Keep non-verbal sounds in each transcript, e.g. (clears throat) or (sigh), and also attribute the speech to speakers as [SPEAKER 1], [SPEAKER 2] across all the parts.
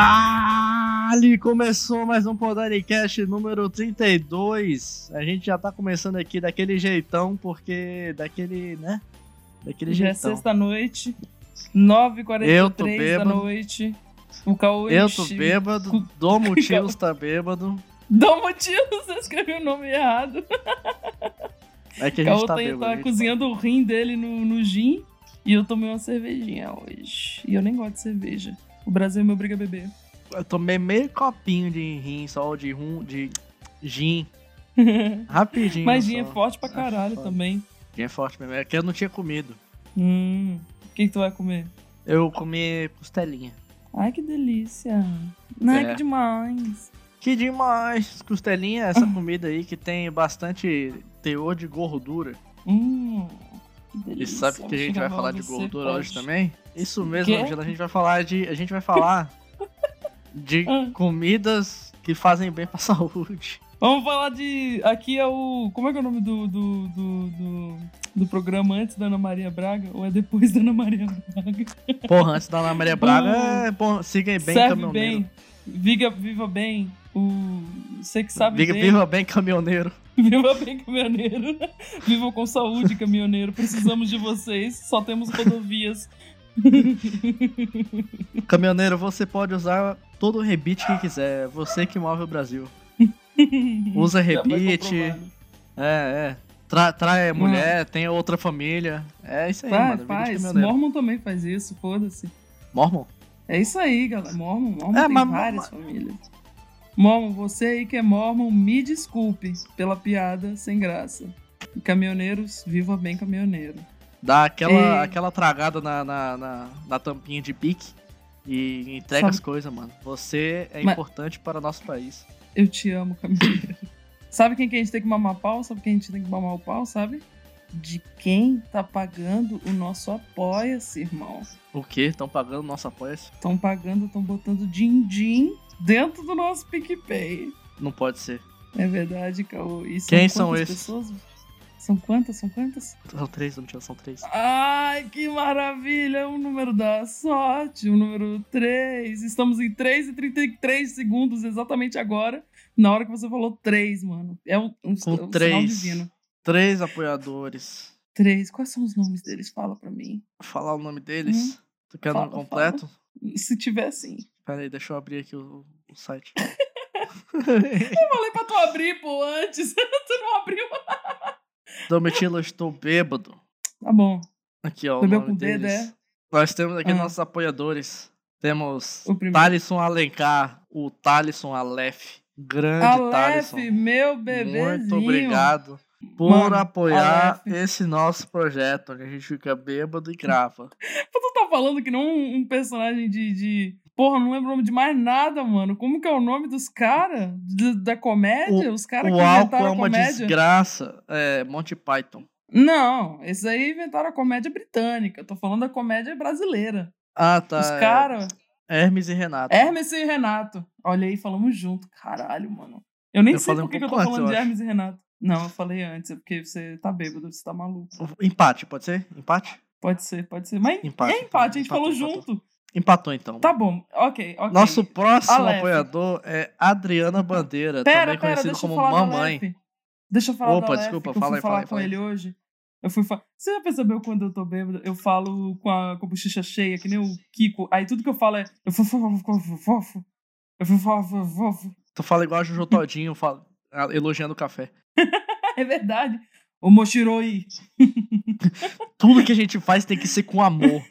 [SPEAKER 1] Dali! Começou mais um Podaricast número 32. A gente já tá começando aqui daquele jeitão, porque daquele, né? Daquele
[SPEAKER 2] Já é
[SPEAKER 1] jeitão.
[SPEAKER 2] sexta-noite,
[SPEAKER 1] Então. Eu tô
[SPEAKER 2] 9h43 da
[SPEAKER 1] bêbado.
[SPEAKER 2] noite. O Cauê
[SPEAKER 1] Eu tô
[SPEAKER 2] enche-
[SPEAKER 1] bêbado,
[SPEAKER 2] cu-
[SPEAKER 1] Dom Motivos tá bêbado.
[SPEAKER 2] Dá um motivo, você escreveu o nome errado.
[SPEAKER 1] É que a gente
[SPEAKER 2] Cauê
[SPEAKER 1] tá
[SPEAKER 2] tá,
[SPEAKER 1] bêbado.
[SPEAKER 2] tá
[SPEAKER 1] gente.
[SPEAKER 2] cozinhando o rim dele no, no gin e eu tomei uma cervejinha hoje. E eu nem gosto de cerveja. O Brasil é me obriga a beber.
[SPEAKER 1] (laughs) Eu tomei meio copinho de rim, só de rum, de gin. Rapidinho.
[SPEAKER 2] Mas gin é
[SPEAKER 1] só.
[SPEAKER 2] forte pra
[SPEAKER 1] Acho
[SPEAKER 2] caralho
[SPEAKER 1] foda.
[SPEAKER 2] também.
[SPEAKER 1] Gin é forte mesmo. É que eu não tinha comido.
[SPEAKER 2] Hum, o que, que tu vai comer?
[SPEAKER 1] Eu comi costelinha.
[SPEAKER 2] Ai, que delícia. Ai,
[SPEAKER 1] É.
[SPEAKER 2] que demais.
[SPEAKER 1] Que demais! Costelinha é
[SPEAKER 2] (laughs)
[SPEAKER 1] essa comida aí que tem bastante teor de gordura.
[SPEAKER 2] Hum, que delícia.
[SPEAKER 1] E sabe que a gente vai falar de gordura hoje também? Isso mesmo,
[SPEAKER 2] Quê?
[SPEAKER 1] Angela, a gente vai falar de. A gente vai falar de
[SPEAKER 2] Ah.
[SPEAKER 1] comidas que fazem bem pra (laughs) saúde.
[SPEAKER 2] Vamos falar de. Aqui é o. Como é que é o nome do. do, do, do, do programa antes da Ana Maria Braga? Ou é depois da Ana Maria Braga?
[SPEAKER 1] Porra, antes da Ana Maria Braga, é bom, siga aí bem
[SPEAKER 2] Hum. Serve
[SPEAKER 1] caminhoneiro.
[SPEAKER 2] bem. Viga, viva bem. O. Você que sabe
[SPEAKER 1] Viva-
[SPEAKER 2] bem.
[SPEAKER 1] Viva bem caminhoneiro.
[SPEAKER 2] (laughs) Viva bem, caminhoneiro. Viva com saúde, caminhoneiro. Precisamos de vocês. Só temos rodovias.
[SPEAKER 1] Caminhoneiro, você pode usar todo o rebite que quiser. Você que move o
[SPEAKER 2] (laughs)
[SPEAKER 1] Brasil. Usa
[SPEAKER 2] Já foi
[SPEAKER 1] rebite.
[SPEAKER 2] comprovado.
[SPEAKER 1] É, é. Tra- trai mulher, tem outra família. É isso aí,
[SPEAKER 2] Hum.
[SPEAKER 1] mano.
[SPEAKER 2] Faz,
[SPEAKER 1] Vida de
[SPEAKER 2] faz.
[SPEAKER 1] caminhoneiro.
[SPEAKER 2] Mormon também faz isso, foda-se.
[SPEAKER 1] Mormon?
[SPEAKER 2] É isso aí, galera. Mormon, Mormon
[SPEAKER 1] É,
[SPEAKER 2] tem
[SPEAKER 1] mas-
[SPEAKER 2] várias famílias. Mormon, você aí que é Mormon, me desculpe pela piada sem graça. Caminhoneiros, viva bem caminhoneiro.
[SPEAKER 1] Dá aquela,
[SPEAKER 2] É.
[SPEAKER 1] aquela tragada na, na, na, na tampinha de pique e entrega
[SPEAKER 2] Sabe-
[SPEAKER 1] as coisas, mano. Você é
[SPEAKER 2] Mas-
[SPEAKER 1] importante para o nosso país.
[SPEAKER 2] Eu te amo, caminhoneiro. (coughs) sabe quem que a gente tem que mamar pau? Sabe quem a gente tem que mamar o pau, sabe? De quem tá pagando o nosso apoia-se, irmão.
[SPEAKER 1] O quê? Estão pagando nosso apoio?
[SPEAKER 2] Estão pagando, estão botando din-din dentro do nosso PicPay.
[SPEAKER 1] Não pode ser.
[SPEAKER 2] É verdade, Caô. E
[SPEAKER 1] Quem
[SPEAKER 2] são
[SPEAKER 1] são
[SPEAKER 2] quantas
[SPEAKER 1] esses?
[SPEAKER 2] pessoas? São quantas? São quantas?
[SPEAKER 1] São três, não tinha, são três.
[SPEAKER 2] Ai, que maravilha! O número da sorte, o número 3. Estamos em 3 e 33 segundos exatamente agora. Na hora que você falou 3, mano. É um,
[SPEAKER 1] Com
[SPEAKER 2] um, é um sinal
[SPEAKER 1] três.
[SPEAKER 2] divino.
[SPEAKER 1] Três apoiadores.
[SPEAKER 2] 3. Quais são os nomes deles? Fala pra mim.
[SPEAKER 1] Falar o nome deles? Tu quer o
[SPEAKER 2] Uhum. Fala,
[SPEAKER 1] nome completo?
[SPEAKER 2] Se tiver, sim.
[SPEAKER 1] Pera aí, deixa eu abrir aqui o, o
[SPEAKER 2] (laughs)
[SPEAKER 1] site.
[SPEAKER 2] Eu falei pra tu abrir, pô, antes. (laughs) tu não abriu.
[SPEAKER 1] Domitila, eu estou bêbado.
[SPEAKER 2] Tá bom.
[SPEAKER 1] Aqui, ó.
[SPEAKER 2] Bebeu
[SPEAKER 1] o nome
[SPEAKER 2] com o dedo,
[SPEAKER 1] deles.
[SPEAKER 2] é?
[SPEAKER 1] Nós temos aqui
[SPEAKER 2] Ah.
[SPEAKER 1] nossos apoiadores. Temos
[SPEAKER 2] O primeiro.
[SPEAKER 1] Thalisson Alencar, o Thalisson Aleph. Grande
[SPEAKER 2] Aleph,
[SPEAKER 1] Thalisson.
[SPEAKER 2] meu bebezinho.
[SPEAKER 1] Muito obrigado por
[SPEAKER 2] Mano,
[SPEAKER 1] apoiar
[SPEAKER 2] Aleph.
[SPEAKER 1] esse nosso projeto, onde a gente fica bêbado e grava.
[SPEAKER 2] (laughs) Tu tá falando que não um um personagem de, de. Porra, não lembro o nome de mais nada, mano. Como que é o nome dos caras? Da comédia? Os caras que
[SPEAKER 1] o álcool é
[SPEAKER 2] inventaram a
[SPEAKER 1] uma
[SPEAKER 2] comédia?
[SPEAKER 1] desgraça. É, Monty Python.
[SPEAKER 2] Não, esses aí inventaram a comédia britânica. Eu tô falando da comédia brasileira.
[SPEAKER 1] Ah, tá.
[SPEAKER 2] Os
[SPEAKER 1] é
[SPEAKER 2] caras.
[SPEAKER 1] Hermes e Renato.
[SPEAKER 2] Hermes e Renato. Olha aí, falamos junto. Caralho, mano. Eu nem
[SPEAKER 1] Eu
[SPEAKER 2] sei
[SPEAKER 1] falei
[SPEAKER 2] por
[SPEAKER 1] um
[SPEAKER 2] que que eu tô
[SPEAKER 1] pouco antes, eu
[SPEAKER 2] falando de
[SPEAKER 1] acho.
[SPEAKER 2] Hermes e Renato. Não, eu falei antes, é porque você tá bêbado, você tá maluco.
[SPEAKER 1] Empate, pode ser? Empate?
[SPEAKER 2] Pode ser, pode ser. Mas
[SPEAKER 1] Empate,
[SPEAKER 2] é empate, a gente
[SPEAKER 1] então.
[SPEAKER 2] falou
[SPEAKER 1] Empatou,
[SPEAKER 2] junto.
[SPEAKER 1] Empatou então.
[SPEAKER 2] Tá bom, ok, ok.
[SPEAKER 1] Nosso próximo
[SPEAKER 2] Aleph.
[SPEAKER 1] apoiador é Adriana Bandeira,
[SPEAKER 2] Pera,
[SPEAKER 1] também
[SPEAKER 2] pera,
[SPEAKER 1] conhecido
[SPEAKER 2] deixa eu
[SPEAKER 1] como
[SPEAKER 2] falar da
[SPEAKER 1] Mamãe.
[SPEAKER 2] Lep. Deixa eu falar
[SPEAKER 1] Opa,
[SPEAKER 2] da Lep,
[SPEAKER 1] desculpa,
[SPEAKER 2] que eu
[SPEAKER 1] fala
[SPEAKER 2] fui
[SPEAKER 1] aí,
[SPEAKER 2] falar
[SPEAKER 1] fala aí,
[SPEAKER 2] com
[SPEAKER 1] fala aí.
[SPEAKER 2] ele hoje. Eu fui fa... Você já percebeu quando eu tô bêbado? Eu falo com a, com a bochecha cheia, que nem o Kiko. Aí tudo que eu falo é. Eu fui falar fofo. Eu fui falar fofo.
[SPEAKER 1] Tu fala igual a Jojo Todinho, fala- ah, elogiando o café.
[SPEAKER 2] (laughs) É verdade. O Moshiroi.
[SPEAKER 1] Tudo que a gente faz tem que ser com amor.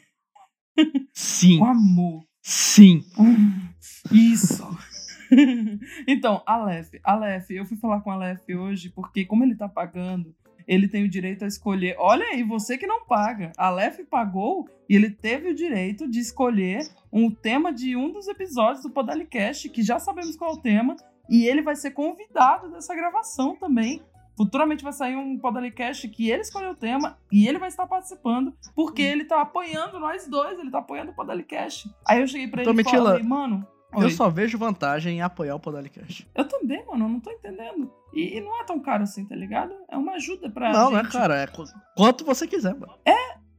[SPEAKER 1] Sim,
[SPEAKER 2] O amor.
[SPEAKER 1] sim.
[SPEAKER 2] Hum, Isso. (laughs) então, Aleph, Aleph, eu fui falar com o Aleph hoje porque, como ele tá pagando, ele tem o direito a escolher. Olha aí, você que não paga. Aleph pagou e ele teve o direito de escolher um tema de um dos episódios do Podalicast, que já sabemos qual é o tema, e ele vai ser convidado dessa gravação também. Futuramente vai sair um Podalicast que ele escolheu o tema e ele vai estar participando, porque ele tá apoiando nós dois, ele tá apoiando o Podalicast. Aí eu cheguei pra ele
[SPEAKER 1] Tô
[SPEAKER 2] e falei,
[SPEAKER 1] mentindo.
[SPEAKER 2] mano.
[SPEAKER 1] Eu
[SPEAKER 2] oi.
[SPEAKER 1] só vejo vantagem em apoiar o Podalicast.
[SPEAKER 2] Eu também, mano, eu não tô entendendo. E, e não é tão caro assim, tá ligado? É uma ajuda pra
[SPEAKER 1] não,
[SPEAKER 2] gente.
[SPEAKER 1] né, cara? É qu- quanto você quiser, mano.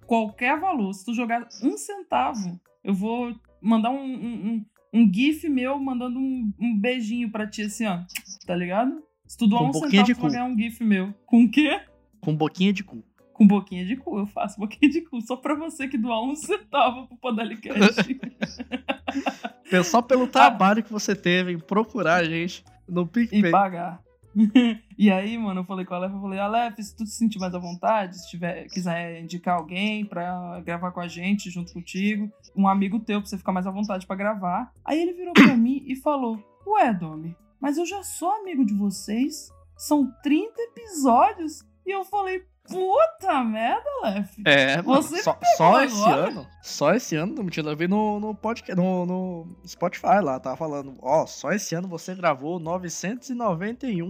[SPEAKER 2] Qualquer valor. Se tu jogar um centavo, eu vou mandar um, um, um- um gif meu mandando um, um beijinho pra ti, assim, ó. Tá ligado? Se tu doar
[SPEAKER 1] Com
[SPEAKER 2] um
[SPEAKER 1] boquinha
[SPEAKER 2] centavo,
[SPEAKER 1] de
[SPEAKER 2] tu vai
[SPEAKER 1] cu.
[SPEAKER 2] ganhar um gif meu. Com o quê?
[SPEAKER 1] Com boquinha de cu.
[SPEAKER 2] Com boquinha de cu, eu faço boquinha de cu. Só pra você que doar um (laughs) centavo pro Podalicast.
[SPEAKER 1] Pelo- Só
[SPEAKER 2] Ah.
[SPEAKER 1] pelo trabalho que você teve em procurar a gente no
[SPEAKER 2] e
[SPEAKER 1] PicPay.
[SPEAKER 2] pagar. (laughs) e aí, mano, eu falei com a Aleph, eu falei, Aleph, se tu te sentir mais à vontade, se tiver, quiser indicar alguém pra gravar com a gente, junto contigo, um amigo teu pra você ficar mais à vontade pra gravar. Aí ele virou pra mim e falou, ué, Domi, mas eu já sou amigo de vocês, são 30 episódios. E eu falei, puta merda, Aleph.
[SPEAKER 1] É, mano,
[SPEAKER 2] Você
[SPEAKER 1] só, só
[SPEAKER 2] agora?
[SPEAKER 1] esse ano. Só esse ano, não mentira, eu vi no, no podcast, no, no Spotify lá, tava falando, ó, só esse ano você gravou 991,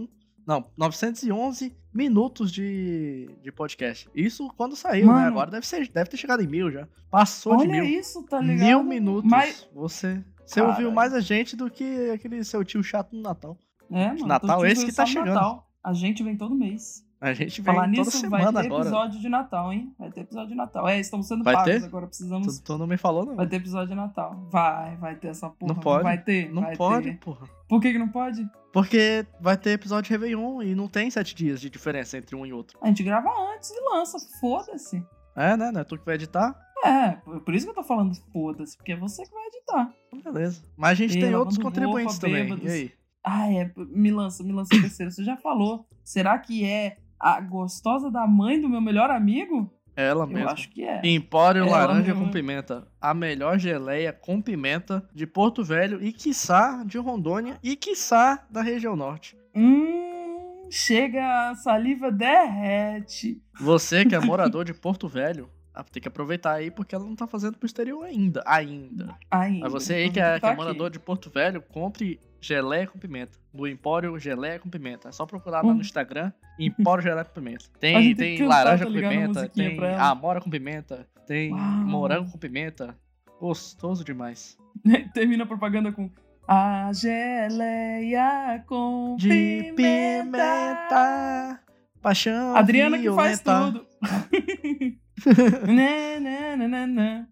[SPEAKER 1] não, 911 minutos de, de podcast. Isso quando saiu, né?
[SPEAKER 2] Mano.
[SPEAKER 1] Agora deve, ser, deve ter chegado em mil já. Passou de
[SPEAKER 2] Olha
[SPEAKER 1] mil.
[SPEAKER 2] isso, tá ligado?
[SPEAKER 1] mil minutos.
[SPEAKER 2] Mas-
[SPEAKER 1] Você, você
[SPEAKER 2] Caralho.
[SPEAKER 1] ouviu mais a gente do que aquele seu tio chato no Natal.
[SPEAKER 2] É, mano,
[SPEAKER 1] Natal
[SPEAKER 2] tô-
[SPEAKER 1] é esse
[SPEAKER 2] tô
[SPEAKER 1] que tá
[SPEAKER 2] só no
[SPEAKER 1] chegando.
[SPEAKER 2] Natal. A gente vem todo mês.
[SPEAKER 1] A gente vem
[SPEAKER 2] Falar
[SPEAKER 1] toda
[SPEAKER 2] nisso, vai ter
[SPEAKER 1] semana agora.
[SPEAKER 2] episódio de Natal, hein? Vai ter episódio de Natal. É, estamos sendo
[SPEAKER 1] Vai
[SPEAKER 2] pagos
[SPEAKER 1] ter?
[SPEAKER 2] agora,
[SPEAKER 1] Tu,
[SPEAKER 2] precisamos.
[SPEAKER 1] tu não me falou, não.
[SPEAKER 2] Vai ter episódio de Natal. Vai, vai ter essa porra.
[SPEAKER 1] Não pode,
[SPEAKER 2] Vai ter.
[SPEAKER 1] Não
[SPEAKER 2] vai
[SPEAKER 1] pode,
[SPEAKER 2] ter.
[SPEAKER 1] porra.
[SPEAKER 2] Por que, que não pode?
[SPEAKER 1] Porque vai ter episódio de Réveillon e não tem sete dias de diferença entre um e outro.
[SPEAKER 2] A gente grava antes e lança. Foda-se.
[SPEAKER 1] É, né? Não é tu que vai editar?
[SPEAKER 2] É, por por isso que eu tô falando foda-se, porque é você que vai editar.
[SPEAKER 1] Então, Beleza. Mas a gente
[SPEAKER 2] Ei,
[SPEAKER 1] tem
[SPEAKER 2] lavando
[SPEAKER 1] outros
[SPEAKER 2] roupa,
[SPEAKER 1] contribuintes também.
[SPEAKER 2] bêbados.
[SPEAKER 1] E aí?
[SPEAKER 2] Ah, é. p- Me lança, me lança terceiro. Você já falou. Será que é a gostosa da mãe do meu melhor amigo?
[SPEAKER 1] Ela
[SPEAKER 2] Eu
[SPEAKER 1] mesma.
[SPEAKER 2] acho que é.
[SPEAKER 1] Empório
[SPEAKER 2] Ela
[SPEAKER 1] Laranja
[SPEAKER 2] mesma.
[SPEAKER 1] com Pimenta. A melhor geleia com pimenta de Porto Velho e, quiçá, de Rondônia e, quiçá, da região norte.
[SPEAKER 2] Hum, chega, a saliva derrete.
[SPEAKER 1] Você que é morador de Porto Velho, ah, tem que aproveitar aí porque ela não tá fazendo pro exterior ainda. Ainda.
[SPEAKER 2] Ainda.
[SPEAKER 1] Mas você aí que
[SPEAKER 2] Tá
[SPEAKER 1] é, que é morador de Porto Velho, compre geleia com pimenta. No Empório Geleia com Pimenta. É só procurar lá
[SPEAKER 2] Hum.
[SPEAKER 1] no Instagram, Empório Geleia com Pimenta.
[SPEAKER 2] A
[SPEAKER 1] Tem,
[SPEAKER 2] gente tem
[SPEAKER 1] tem
[SPEAKER 2] que cantar,
[SPEAKER 1] laranja
[SPEAKER 2] tá
[SPEAKER 1] com
[SPEAKER 2] ligado? A
[SPEAKER 1] pimenta,
[SPEAKER 2] musiquinha
[SPEAKER 1] tem
[SPEAKER 2] pra ela.
[SPEAKER 1] amora com pimenta, tem
[SPEAKER 2] Uau.
[SPEAKER 1] morango com pimenta. Gostoso demais.
[SPEAKER 2] né? (laughs) Termina a propaganda com a geleia com
[SPEAKER 1] De
[SPEAKER 2] pimenta.
[SPEAKER 1] pimenta, tá? paixão
[SPEAKER 2] Adriana que faz
[SPEAKER 1] violenta. (laughs)
[SPEAKER 2] tudo. né, né, né, né, né.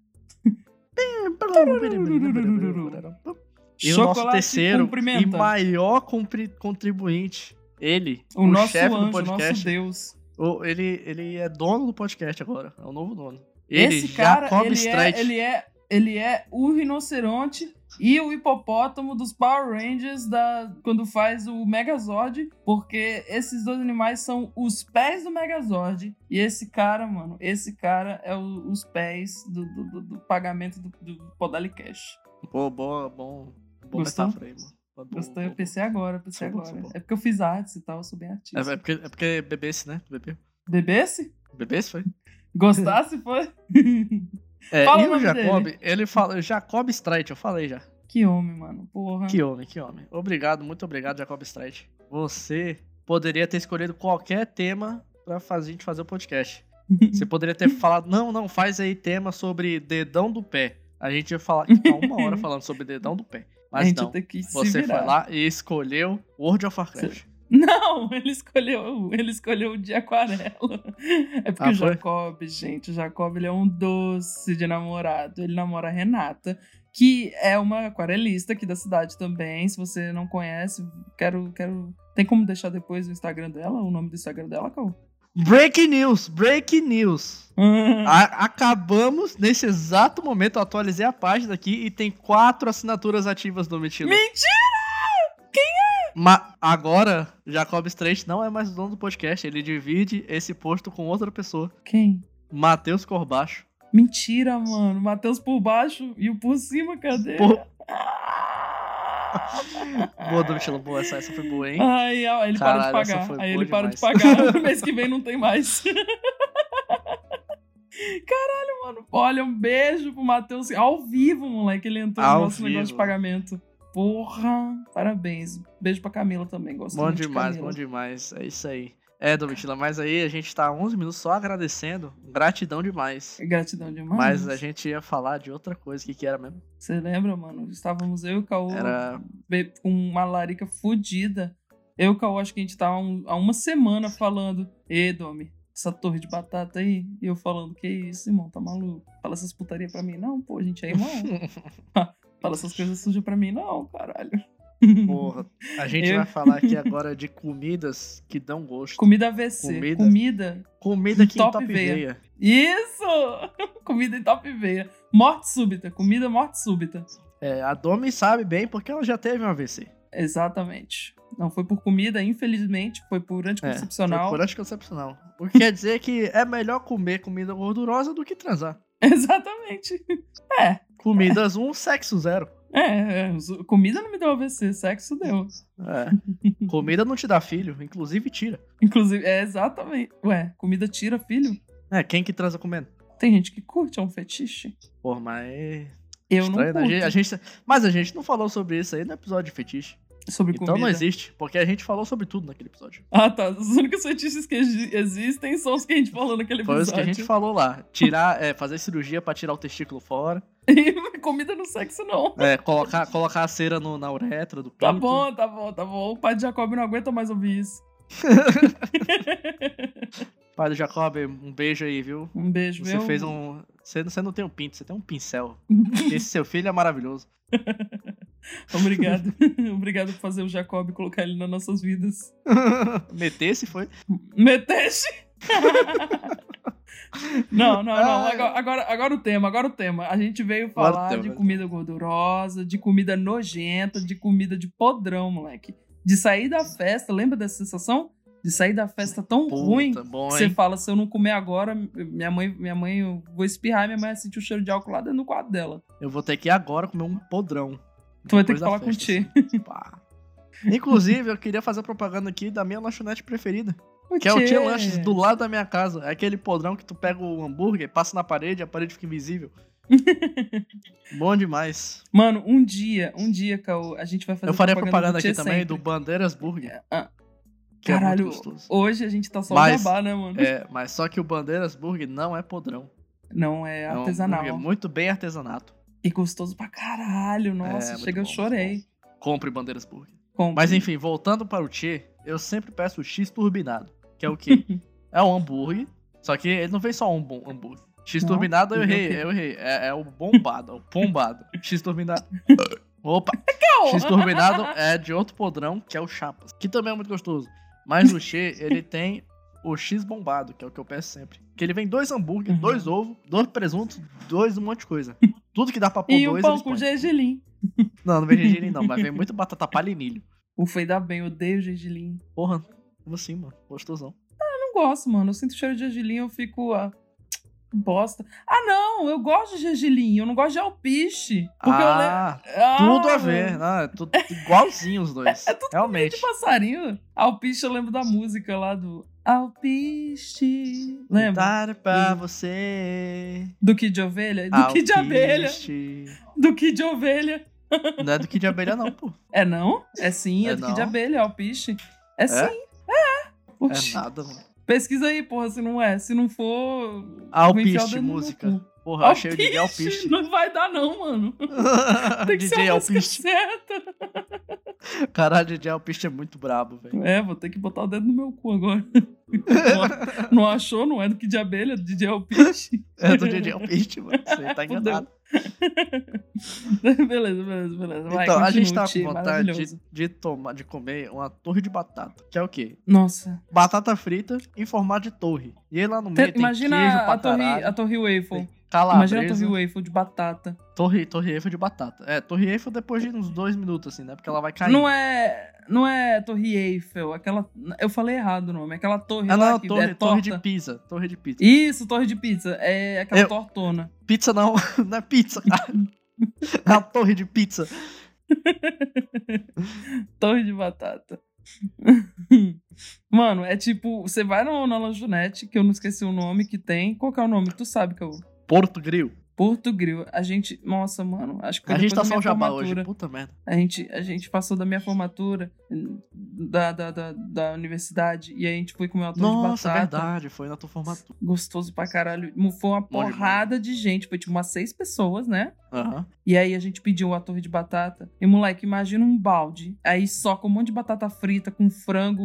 [SPEAKER 1] E o
[SPEAKER 2] Chocolate
[SPEAKER 1] nosso terceiro e
[SPEAKER 2] cumprimenta.
[SPEAKER 1] maior compri- contribuinte, ele,
[SPEAKER 2] O, nosso
[SPEAKER 1] chefe
[SPEAKER 2] anjo,
[SPEAKER 1] do
[SPEAKER 2] nosso
[SPEAKER 1] podcast,
[SPEAKER 2] Deus.
[SPEAKER 1] o- ele, ele é dono do podcast agora, é o novo dono. Ele,
[SPEAKER 2] Esse cara,
[SPEAKER 1] Jacob
[SPEAKER 2] ele é,
[SPEAKER 1] Streit.
[SPEAKER 2] ele, é, ele é o rinoceronte e o hipopótamo dos Power Rangers da, quando faz o Megazord, porque esses dois animais são os pés do Megazord. E esse cara, mano, esse cara é o- os pés do, do, do- do pagamento do, do Podalicast.
[SPEAKER 1] Pô, boa, bom, bom
[SPEAKER 2] Gostou?
[SPEAKER 1] metáfora aí, mano. Bom,
[SPEAKER 2] Gostei,
[SPEAKER 1] bom,
[SPEAKER 2] eu pensei agora, eu pensei
[SPEAKER 1] Sou bom, sou
[SPEAKER 2] agora.
[SPEAKER 1] bom.
[SPEAKER 2] É porque eu fiz artes e tal, eu sou bem artista.
[SPEAKER 1] bom. É, é porque, é porque bebesse, né? Bebeu.
[SPEAKER 2] Bebesse?
[SPEAKER 1] Bebesse, foi?
[SPEAKER 2] Gostasse, foi?
[SPEAKER 1] É,
[SPEAKER 2] Fala
[SPEAKER 1] e
[SPEAKER 2] o
[SPEAKER 1] o
[SPEAKER 2] nome
[SPEAKER 1] Jacob, ele fala, Jacob Streit, eu falei já.
[SPEAKER 2] que homem, mano, porra.
[SPEAKER 1] Que homem, que homem. Obrigado, muito obrigado, Jacob Streit. Você poderia ter escolhido qualquer tema pra fazer, a gente fazer o podcast.
[SPEAKER 2] (laughs)
[SPEAKER 1] Você poderia ter falado, não, não, faz aí tema sobre dedão do pé. A gente ia
[SPEAKER 2] (laughs)
[SPEAKER 1] falar, ficar uma hora falando sobre dedão do pé.
[SPEAKER 2] a
[SPEAKER 1] Mas
[SPEAKER 2] gente
[SPEAKER 1] não,
[SPEAKER 2] tem que se
[SPEAKER 1] então. você
[SPEAKER 2] virar.
[SPEAKER 1] foi lá e escolheu World of Warcraft.
[SPEAKER 2] Não, (laughs) ele escolheu, ele escolheu o de aquarela. É porque
[SPEAKER 1] Ah,
[SPEAKER 2] o
[SPEAKER 1] foi?
[SPEAKER 2] Jacob, gente, o Jacob ele é um doce de namorado. Ele namora a Renata, que é uma aquarelista aqui da cidade também. Se você não conhece, quero quero tem como deixar depois o Instagram dela, o nome do Instagram dela, Cal?
[SPEAKER 1] Break news, break news.
[SPEAKER 2] Ah,
[SPEAKER 1] A- acabamos, nesse exato momento, eu atualizei a página aqui e tem quatro assinaturas ativas do Metido.
[SPEAKER 2] Mentira! é?
[SPEAKER 1] Ma agora, Jacob Strait não é mais o dono do podcast, ele divide esse posto com outra pessoa,
[SPEAKER 2] Quem?
[SPEAKER 1] Matheus Corbacho.
[SPEAKER 2] Mentira, mano. Matheus por baixo e o por cima, cadê?
[SPEAKER 1] Por-
[SPEAKER 2] Ah!
[SPEAKER 1] Boa, Domitila, boa, essa, essa foi boa, hein?
[SPEAKER 2] Aí, ó, ele
[SPEAKER 1] Caralho,
[SPEAKER 2] para de
[SPEAKER 1] essa
[SPEAKER 2] pagar.
[SPEAKER 1] foi
[SPEAKER 2] Aí
[SPEAKER 1] boa
[SPEAKER 2] ele para de
[SPEAKER 1] demais. (laughs)
[SPEAKER 2] pagar. Mês que vem não tem mais. (laughs) Caralho, mano. Olha, um beijo pro Matheus. Ao vivo, moleque. Ele entrou
[SPEAKER 1] Ao
[SPEAKER 2] no nosso negócio de
[SPEAKER 1] vivo.
[SPEAKER 2] pagamento. Porra. Parabéns. Beijo pra Camila também. Gosto
[SPEAKER 1] Bom
[SPEAKER 2] muito de
[SPEAKER 1] demais,
[SPEAKER 2] Camila.
[SPEAKER 1] bom demais, é isso aí. É, Domitila, mas aí a gente tá 11 minutos só agradecendo. Gratidão demais.
[SPEAKER 2] Gratidão demais.
[SPEAKER 1] Mas a gente ia falar de outra coisa, o que, que era mesmo?
[SPEAKER 2] Você lembra, mano? Estávamos eu e o Caô
[SPEAKER 1] Era.
[SPEAKER 2] be- com uma larica fodida. Eu e o Caô, acho que a gente tava há um- há uma semana falando. Ê, Domi, essa torre de batata aí. E eu falando, que isso, irmão, tá maluco? Fala essas putaria pra mim, não, pô, a gente é
[SPEAKER 1] (laughs)
[SPEAKER 2] irmão. Fala essas coisas sujas pra mim, não, caralho.
[SPEAKER 1] Porra, a gente
[SPEAKER 2] Eu-
[SPEAKER 1] vai falar aqui agora de comidas que dão gosto.
[SPEAKER 2] Comida AVC.
[SPEAKER 1] Comida.
[SPEAKER 2] Comida.
[SPEAKER 1] Comida que
[SPEAKER 2] Top
[SPEAKER 1] top
[SPEAKER 2] veia.
[SPEAKER 1] veia.
[SPEAKER 2] Isso! (laughs) Comida em top veia. Morte súbita. Comida morte súbita.
[SPEAKER 1] É, a Domi sabe bem porque ela já teve um AVC.
[SPEAKER 2] Exatamente. Não foi por comida, infelizmente. Foi por anticoncepcional.
[SPEAKER 1] É, Por anticoncepcional. O que quer dizer que é melhor comer comida gordurosa do que transar.
[SPEAKER 2] (laughs) Exatamente. É.
[SPEAKER 1] Comidas 1, um, sexo zero.
[SPEAKER 2] É, é, os- comida não me deu AVC, sexo deu.
[SPEAKER 1] É. Comida não te dá filho, inclusive tira.
[SPEAKER 2] Inclusive, é exatamente. Ué, comida tira filho?
[SPEAKER 1] É, quem que transa comendo?
[SPEAKER 2] Tem gente que curte, é um fetiche.
[SPEAKER 1] Porra, mas.
[SPEAKER 2] Eu
[SPEAKER 1] Estranho, né?
[SPEAKER 2] não
[SPEAKER 1] A
[SPEAKER 2] curto.
[SPEAKER 1] gente- a gente- mas a gente não falou sobre isso aí no episódio de fetiche.
[SPEAKER 2] Sobre
[SPEAKER 1] Então
[SPEAKER 2] comida.
[SPEAKER 1] não existe, porque a gente falou sobre tudo naquele episódio.
[SPEAKER 2] Ah, tá. Os únicos fetiches que exi- existem são os que a gente falou naquele
[SPEAKER 1] Foi
[SPEAKER 2] episódio.
[SPEAKER 1] isso que a gente falou lá. Tirar, é, fazer cirurgia pra tirar o testículo fora.
[SPEAKER 2] E (laughs) comida no sexo, não.
[SPEAKER 1] é, colocar, colocar a cera no- na uretra do pinto.
[SPEAKER 2] Tá bom, tá bom, tá bom. O padre Jacob não aguenta mais ouvir isso.
[SPEAKER 1] Padre Jacob, um beijo aí, viu?
[SPEAKER 2] Um beijo,
[SPEAKER 1] Você
[SPEAKER 2] meu.
[SPEAKER 1] fez um. Você, você não tem um pinto, você tem um pincel.
[SPEAKER 2] (laughs)
[SPEAKER 1] Esse seu filho é maravilhoso. (laughs)
[SPEAKER 2] Obrigado. (laughs) Obrigado por fazer o Jacob e colocar ele nas nossas vidas.
[SPEAKER 1] Meter se foi. (laughs)
[SPEAKER 2] Meteste! não, não, não.
[SPEAKER 1] Ai.
[SPEAKER 2] Agora, agora, agora o tema, agora o tema. A gente veio
[SPEAKER 1] Agora o
[SPEAKER 2] falar
[SPEAKER 1] tema. né?
[SPEAKER 2] de comida gordurosa, de comida nojenta, de comida de podrão, moleque. De sair da festa, lembra dessa sensação? De sair da festa tão ruim
[SPEAKER 1] Puta, bom,
[SPEAKER 2] que você
[SPEAKER 1] hein?
[SPEAKER 2] fala, se eu não comer agora, minha mãe, minha mãe, eu vou espirrar e minha mãe vai sentir o cheiro de álcool lá dentro do quarto dela.
[SPEAKER 1] Eu vou ter que ir agora comer um podrão.
[SPEAKER 2] Tu vai ter
[SPEAKER 1] Depois
[SPEAKER 2] que
[SPEAKER 1] da
[SPEAKER 2] falar com o
[SPEAKER 1] festa,
[SPEAKER 2] (laughs) Tchê.
[SPEAKER 1] assim. (laughs) Pá. Inclusive, eu queria fazer propaganda aqui da minha lanchonete preferida. Que é o Tia Lanches, do lado da minha casa. É aquele podrão que tu pega o hambúrguer, passa na parede, a parede fica
[SPEAKER 2] (laughs)
[SPEAKER 1] invisível. Bom demais.
[SPEAKER 2] Mano, um dia, um dia, Caô, a gente vai fazer
[SPEAKER 1] eu faria
[SPEAKER 2] propaganda
[SPEAKER 1] propaganda
[SPEAKER 2] do
[SPEAKER 1] aqui
[SPEAKER 2] Tchê
[SPEAKER 1] também do
[SPEAKER 2] sempre.
[SPEAKER 1] Bandeiras Burger,
[SPEAKER 2] Ah,
[SPEAKER 1] que é
[SPEAKER 2] Caralho,
[SPEAKER 1] muito gostoso.
[SPEAKER 2] hoje a gente tá só
[SPEAKER 1] Mas-
[SPEAKER 2] o jabá, né, mano?
[SPEAKER 1] É, mas só que o Bandeiras Burger não é podrão.
[SPEAKER 2] Não, é
[SPEAKER 1] É um
[SPEAKER 2] artesanal.
[SPEAKER 1] hambúrguer muito bem artesanato.
[SPEAKER 2] E gostoso pra caralho, nossa,
[SPEAKER 1] É, muito
[SPEAKER 2] chega, eu
[SPEAKER 1] bom,
[SPEAKER 2] chorei.
[SPEAKER 1] muito Compre Bandeiras Burger.
[SPEAKER 2] Com...
[SPEAKER 1] Mas enfim, voltando para o Tchê, eu sempre peço o X turbinado, que é o
[SPEAKER 2] (laughs)
[SPEAKER 1] quê? é um hambúrguer, só que ele não vem só um bom hambúrguer. X
[SPEAKER 2] Não,
[SPEAKER 1] turbinado eu
[SPEAKER 2] ele é o
[SPEAKER 1] errei,
[SPEAKER 2] quê?
[SPEAKER 1] eu errei. É, é o bombado, é o
[SPEAKER 2] (laughs)
[SPEAKER 1] pombado. X turbinado. Opa! X turbinado é de outro podrão, que é o Chapas, que também é muito gostoso. Mas o
[SPEAKER 2] (laughs)
[SPEAKER 1] Che, ele tem o X bombado, que é o que eu peço sempre. Que ele vem dois hambúrguer,
[SPEAKER 2] Uhum.
[SPEAKER 1] dois ovos, dois presuntos, dois um monte de
[SPEAKER 2] (laughs)
[SPEAKER 1] coisa. Tudo que dá pra pôr
[SPEAKER 2] (laughs) E um
[SPEAKER 1] dois,
[SPEAKER 2] pão
[SPEAKER 1] eles
[SPEAKER 2] com
[SPEAKER 1] põem.
[SPEAKER 2] gergelim.
[SPEAKER 1] Não, não vem gergelim não, mas vem muito batata palha e milho.
[SPEAKER 2] O foi dar bem, eu odeio gergelim.
[SPEAKER 1] Porra, como assim, mano? Gostosão.
[SPEAKER 2] Eu não gosto, mano. Eu sinto o cheiro de gergelim, eu fico. Ah, bosta. Ah, não, eu gosto de gergelim, eu não gosto de alpiche. Porque eu lembro.
[SPEAKER 1] ah,
[SPEAKER 2] Ah,
[SPEAKER 1] tudo a
[SPEAKER 2] mano.
[SPEAKER 1] ver. Não, é tudo igualzinho os dois.
[SPEAKER 2] (laughs) É tudo
[SPEAKER 1] Realmente.
[SPEAKER 2] De passarinho? Alpiste, eu lembro da música lá do Alpiste. Lembra?
[SPEAKER 1] Dar pra você.
[SPEAKER 2] Do que de ovelha? Do que de
[SPEAKER 1] alpiste.
[SPEAKER 2] abelha? Do que de ovelha?
[SPEAKER 1] Não é do que de abelha, não, pô.
[SPEAKER 2] É não? É sim, é,
[SPEAKER 1] É
[SPEAKER 2] do
[SPEAKER 1] não?
[SPEAKER 2] que de abelha, Alpiste. É, sim. É.
[SPEAKER 1] É
[SPEAKER 2] Oxi.
[SPEAKER 1] nada, mano.
[SPEAKER 2] Pesquisa aí, porra, se não é. Se não for. vou enfiar o
[SPEAKER 1] Alpiste,
[SPEAKER 2] dedo no meu
[SPEAKER 1] Ah, música.
[SPEAKER 2] cu.
[SPEAKER 1] Porra, eu achei o Ah, DJ
[SPEAKER 2] Alpiste.
[SPEAKER 1] (laughs) Alpiste.
[SPEAKER 2] Não vai dar, não, mano. Tem que
[SPEAKER 1] DJ
[SPEAKER 2] ser a música
[SPEAKER 1] Alpiste.
[SPEAKER 2] certa.
[SPEAKER 1] Caralho, DJ Alpiste é muito brabo, velho.
[SPEAKER 2] É, vou ter que botar o dedo no meu cu
[SPEAKER 1] (laughs)
[SPEAKER 2] agora. não, não achou? Não é do que de abelha, é do DJ Alpiste.
[SPEAKER 1] É do DJ Alpiste, mano. Você tá enganado.
[SPEAKER 2] (laughs) beleza, beleza, beleza. Vai,
[SPEAKER 1] Então, a
[SPEAKER 2] continua,
[SPEAKER 1] gente tava
[SPEAKER 2] Ti,
[SPEAKER 1] com vontade
[SPEAKER 2] maravilhoso.
[SPEAKER 1] de, de tomar, de comer uma torre de batata. Que é o quê?
[SPEAKER 2] Nossa,
[SPEAKER 1] Batata frita em formato de torre. E aí lá no meio
[SPEAKER 2] Te-
[SPEAKER 1] tem queijo
[SPEAKER 2] imagina
[SPEAKER 1] pra
[SPEAKER 2] a torre,
[SPEAKER 1] caralho.
[SPEAKER 2] a torre waffle.
[SPEAKER 1] Calabresa.
[SPEAKER 2] Imagina a torre waffle de batata.
[SPEAKER 1] Torre, torre Eiffel de batata. É, Torre Eiffel depois de uns dois minutos, assim, né? Porque ela vai cair.
[SPEAKER 2] Não é, não é torre Eiffel, aquela... Eu falei errado o nome, aquela torre
[SPEAKER 1] Ah,
[SPEAKER 2] lá
[SPEAKER 1] não,
[SPEAKER 2] que
[SPEAKER 1] torre,
[SPEAKER 2] é
[SPEAKER 1] torre
[SPEAKER 2] torta.
[SPEAKER 1] de pizza. Torre de pizza.
[SPEAKER 2] Isso, torre de pizza. É aquela
[SPEAKER 1] Eu-
[SPEAKER 2] tortona.
[SPEAKER 1] Pizza não, (laughs) não é pizza,
[SPEAKER 2] (laughs)
[SPEAKER 1] cara. É a torre de pizza.
[SPEAKER 2] Torre de batata. (laughs) Mano, é tipo, você vai no- na lanchonete, que eu não esqueci o nome que tem. Qual que é o nome? Tu sabe que eu...
[SPEAKER 1] Porto Grill.
[SPEAKER 2] Porto Grill. A gente... Nossa, mano. Acho que foi
[SPEAKER 1] a gente
[SPEAKER 2] depois
[SPEAKER 1] tá só
[SPEAKER 2] da minha
[SPEAKER 1] o jabá
[SPEAKER 2] formatura.
[SPEAKER 1] hoje. Puta merda.
[SPEAKER 2] A gente, a gente passou da minha formatura, da, da, da, da universidade. E aí a gente foi comer uma torta
[SPEAKER 1] Nossa, é
[SPEAKER 2] de batata.
[SPEAKER 1] verdade, foi na tua formatura.
[SPEAKER 2] Gostoso pra caralho. Foi uma
[SPEAKER 1] demais.
[SPEAKER 2] porrada de gente. Foi tipo umas seis pessoas, né?
[SPEAKER 1] Aham.
[SPEAKER 2] E aí a gente pediu a torre de batata. E, moleque, imagina um balde. Aí só com um monte de batata frita, com frango,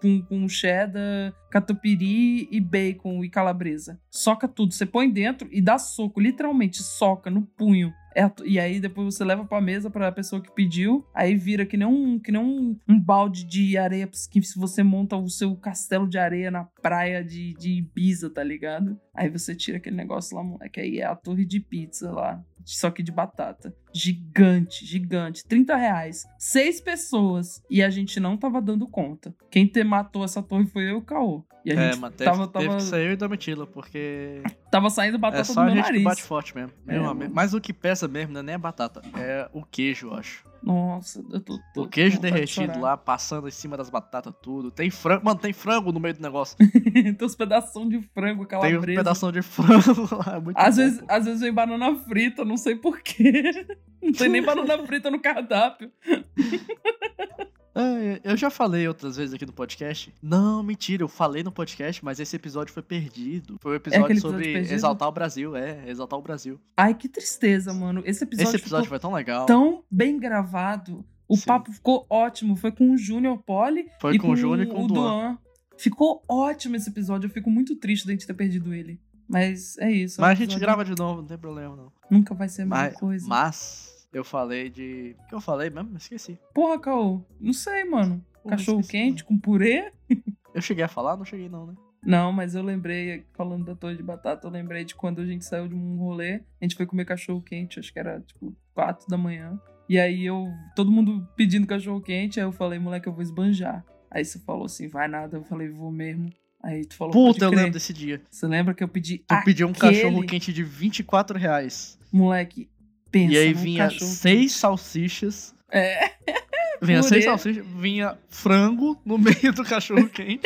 [SPEAKER 2] com, com cheddar, catupiry e bacon e calabresa. Soca tudo. Você põe dentro e dá soco. Literalmente, soca no punho. É a to- e aí depois você leva pra mesa pra pessoa que pediu. Aí vira que nem um, que nem um, um balde de areia. Que se você monta o seu castelo de areia na praia de, de Ibiza, tá ligado? Aí você tira aquele negócio lá, moleque. Aí é a torre de pizza lá só que de batata. Gigante, gigante. 30 reais. Seis pessoas. E a gente não tava dando conta. Quem te matou essa torre foi eu e o Caô. E a
[SPEAKER 1] É,
[SPEAKER 2] gente
[SPEAKER 1] mas teve,
[SPEAKER 2] tava,
[SPEAKER 1] teve
[SPEAKER 2] tava,
[SPEAKER 1] que sair eu e Domitila, porque
[SPEAKER 2] tava saindo batata
[SPEAKER 1] é só
[SPEAKER 2] do
[SPEAKER 1] a
[SPEAKER 2] meu
[SPEAKER 1] gente que
[SPEAKER 2] nariz.
[SPEAKER 1] bate forte mesmo. Meu
[SPEAKER 2] É,
[SPEAKER 1] amigo.
[SPEAKER 2] mano.
[SPEAKER 1] Mas o que pesa mesmo não é nem a batata, é o queijo, eu acho.
[SPEAKER 2] Nossa, eu tô. tô
[SPEAKER 1] O queijo
[SPEAKER 2] com vontade de
[SPEAKER 1] derretido
[SPEAKER 2] chorar.
[SPEAKER 1] lá, passando em cima das batatas, tudo. Tem frango, mano, tem frango no meio do negócio.
[SPEAKER 2] (laughs) Tem uns pedaços de frango,
[SPEAKER 1] Tem um
[SPEAKER 2] calabresa.
[SPEAKER 1] pedaço de (laughs) frango lá, é muito
[SPEAKER 2] Às
[SPEAKER 1] bom,
[SPEAKER 2] vezes,
[SPEAKER 1] pô.
[SPEAKER 2] às vezes vem banana frita, não sei porquê. (laughs) Não tem nem banana frita no cardápio.
[SPEAKER 1] É, eu já falei outras vezes aqui no podcast. Não, mentira, eu falei no podcast, mas esse episódio foi perdido. Foi um episódio
[SPEAKER 2] É aquele episódio
[SPEAKER 1] sobre
[SPEAKER 2] perdido?
[SPEAKER 1] exaltar o Brasil, é, exaltar o Brasil.
[SPEAKER 2] Ai, que tristeza, mano. Esse episódio,
[SPEAKER 1] esse
[SPEAKER 2] ficou
[SPEAKER 1] episódio foi tão legal.
[SPEAKER 2] tão bem gravado. O
[SPEAKER 1] Sim.
[SPEAKER 2] papo ficou ótimo. Foi com o Júnior Poli
[SPEAKER 1] Foi
[SPEAKER 2] e
[SPEAKER 1] com o Júnior e com o Duan.
[SPEAKER 2] Ficou ótimo esse episódio. Eu fico muito triste da gente ter perdido ele. Mas é isso. é um
[SPEAKER 1] Mas a gente
[SPEAKER 2] episódio- é.
[SPEAKER 1] grava de novo, não tem problema não.
[SPEAKER 2] Nunca vai ser a mesma
[SPEAKER 1] Mas,
[SPEAKER 2] coisa.
[SPEAKER 1] mas eu falei de. O que eu falei mesmo? Esqueci.
[SPEAKER 2] Porra, Caô. Não sei, mano.
[SPEAKER 1] Porra,
[SPEAKER 2] Cachorro
[SPEAKER 1] esqueci,
[SPEAKER 2] quente com purê?
[SPEAKER 1] Eu cheguei a falar? Não cheguei não, né?
[SPEAKER 2] Não, mas eu lembrei, falando da torre de batata, eu lembrei de quando a gente saiu de um rolê, a gente foi comer cachorro quente, acho que era tipo 4 da manhã. E aí eu, todo mundo pedindo cachorro quente, aí eu falei, moleque, eu vou esbanjar. Aí você falou assim, vai nada, eu falei, vou mesmo. Aí tu falou,
[SPEAKER 1] Puta,
[SPEAKER 2] pode
[SPEAKER 1] eu
[SPEAKER 2] crer.
[SPEAKER 1] lembro desse dia.
[SPEAKER 2] Você lembra que eu pedi
[SPEAKER 1] Tu
[SPEAKER 2] aquele,
[SPEAKER 1] pediu um cachorro quente de 24 reais.
[SPEAKER 2] moleque, pensa
[SPEAKER 1] e aí
[SPEAKER 2] num
[SPEAKER 1] vinha
[SPEAKER 2] cachorro
[SPEAKER 1] seis salsichas.
[SPEAKER 2] É. (laughs)
[SPEAKER 1] Vinha
[SPEAKER 2] Purê.
[SPEAKER 1] seis salsichas, vinha frango no (laughs) meio do cachorro quente,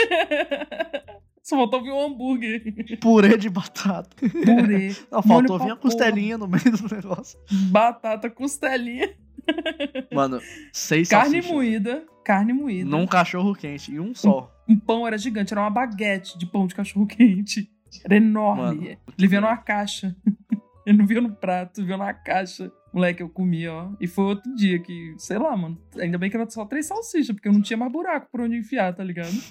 [SPEAKER 2] Só faltou vir um hambúrguer.
[SPEAKER 1] purê de batata.
[SPEAKER 2] Purê,
[SPEAKER 1] Não,
[SPEAKER 2] Molho
[SPEAKER 1] faltou vir a
[SPEAKER 2] pra porra.
[SPEAKER 1] costelinha no meio do negócio.
[SPEAKER 2] batata, costelinha,
[SPEAKER 1] Mano, seis
[SPEAKER 2] carne
[SPEAKER 1] salsichas.
[SPEAKER 2] moída, carne moída.
[SPEAKER 1] Num cachorro quente e um só.
[SPEAKER 2] um pão era gigante, era uma baguete de pão de cachorro quente. Era enorme. Ele veio numa caixa. (laughs) Ele não veio no prato, veio numa caixa. Moleque, eu comi, ó. E foi outro dia que, sei lá, mano. Ainda bem que era só três salsichas, porque eu não tinha mais buraco por onde enfiar, tá ligado?
[SPEAKER 1] (laughs)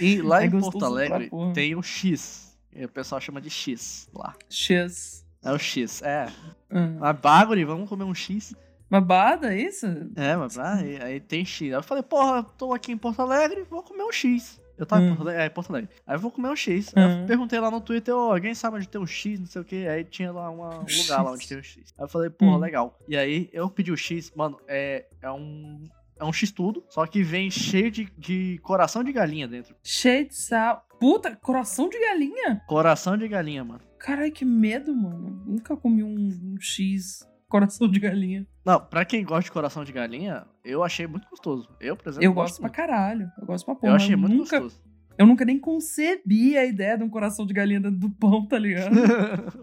[SPEAKER 1] E lá
[SPEAKER 2] É
[SPEAKER 1] em
[SPEAKER 2] gostoso
[SPEAKER 1] Porto Alegre
[SPEAKER 2] pra porra.
[SPEAKER 1] tem o X. E o pessoal chama de X lá.
[SPEAKER 2] X.
[SPEAKER 1] É o X, é.
[SPEAKER 2] Ah.
[SPEAKER 1] Mas bagulho, vamos comer um X.
[SPEAKER 2] Mas bada, é isso?
[SPEAKER 1] É, mas ah, aí, aí tem X. Aí eu falei, porra, tô aqui em Porto Alegre, vou comer um X. Eu tava em
[SPEAKER 2] Hum.
[SPEAKER 1] Porto Alegre, é, em Porto Alegre. Aí eu vou comer um X. Aí
[SPEAKER 2] Hum.
[SPEAKER 1] eu perguntei lá no Twitter, ó, alguém sabe onde tem um X, não sei o que. Aí tinha lá uma- um
[SPEAKER 2] (laughs) X.
[SPEAKER 1] lugar lá onde tem um X. Aí eu falei, porra,
[SPEAKER 2] Hum.
[SPEAKER 1] legal. E aí eu pedi o X, mano, é, é um. É um X tudo, só que vem cheio de, de coração de galinha dentro.
[SPEAKER 2] Cheio de sal. Puta, coração de galinha?
[SPEAKER 1] Coração de galinha, mano.
[SPEAKER 2] Caralho, que medo, mano. Nunca comi um, um X. Coração de galinha.
[SPEAKER 1] Não, pra quem gosta de coração de galinha, eu achei muito gostoso. Eu, por exemplo,
[SPEAKER 2] Eu gosto pra
[SPEAKER 1] muito.
[SPEAKER 2] caralho. Eu gosto pra porra.
[SPEAKER 1] Eu achei
[SPEAKER 2] mas
[SPEAKER 1] muito
[SPEAKER 2] nunca,
[SPEAKER 1] gostoso. (laughs)
[SPEAKER 2] Eu nunca nem concebi a ideia de um coração de galinha dentro do pão, tá
[SPEAKER 1] (laughs)
[SPEAKER 2] ligado?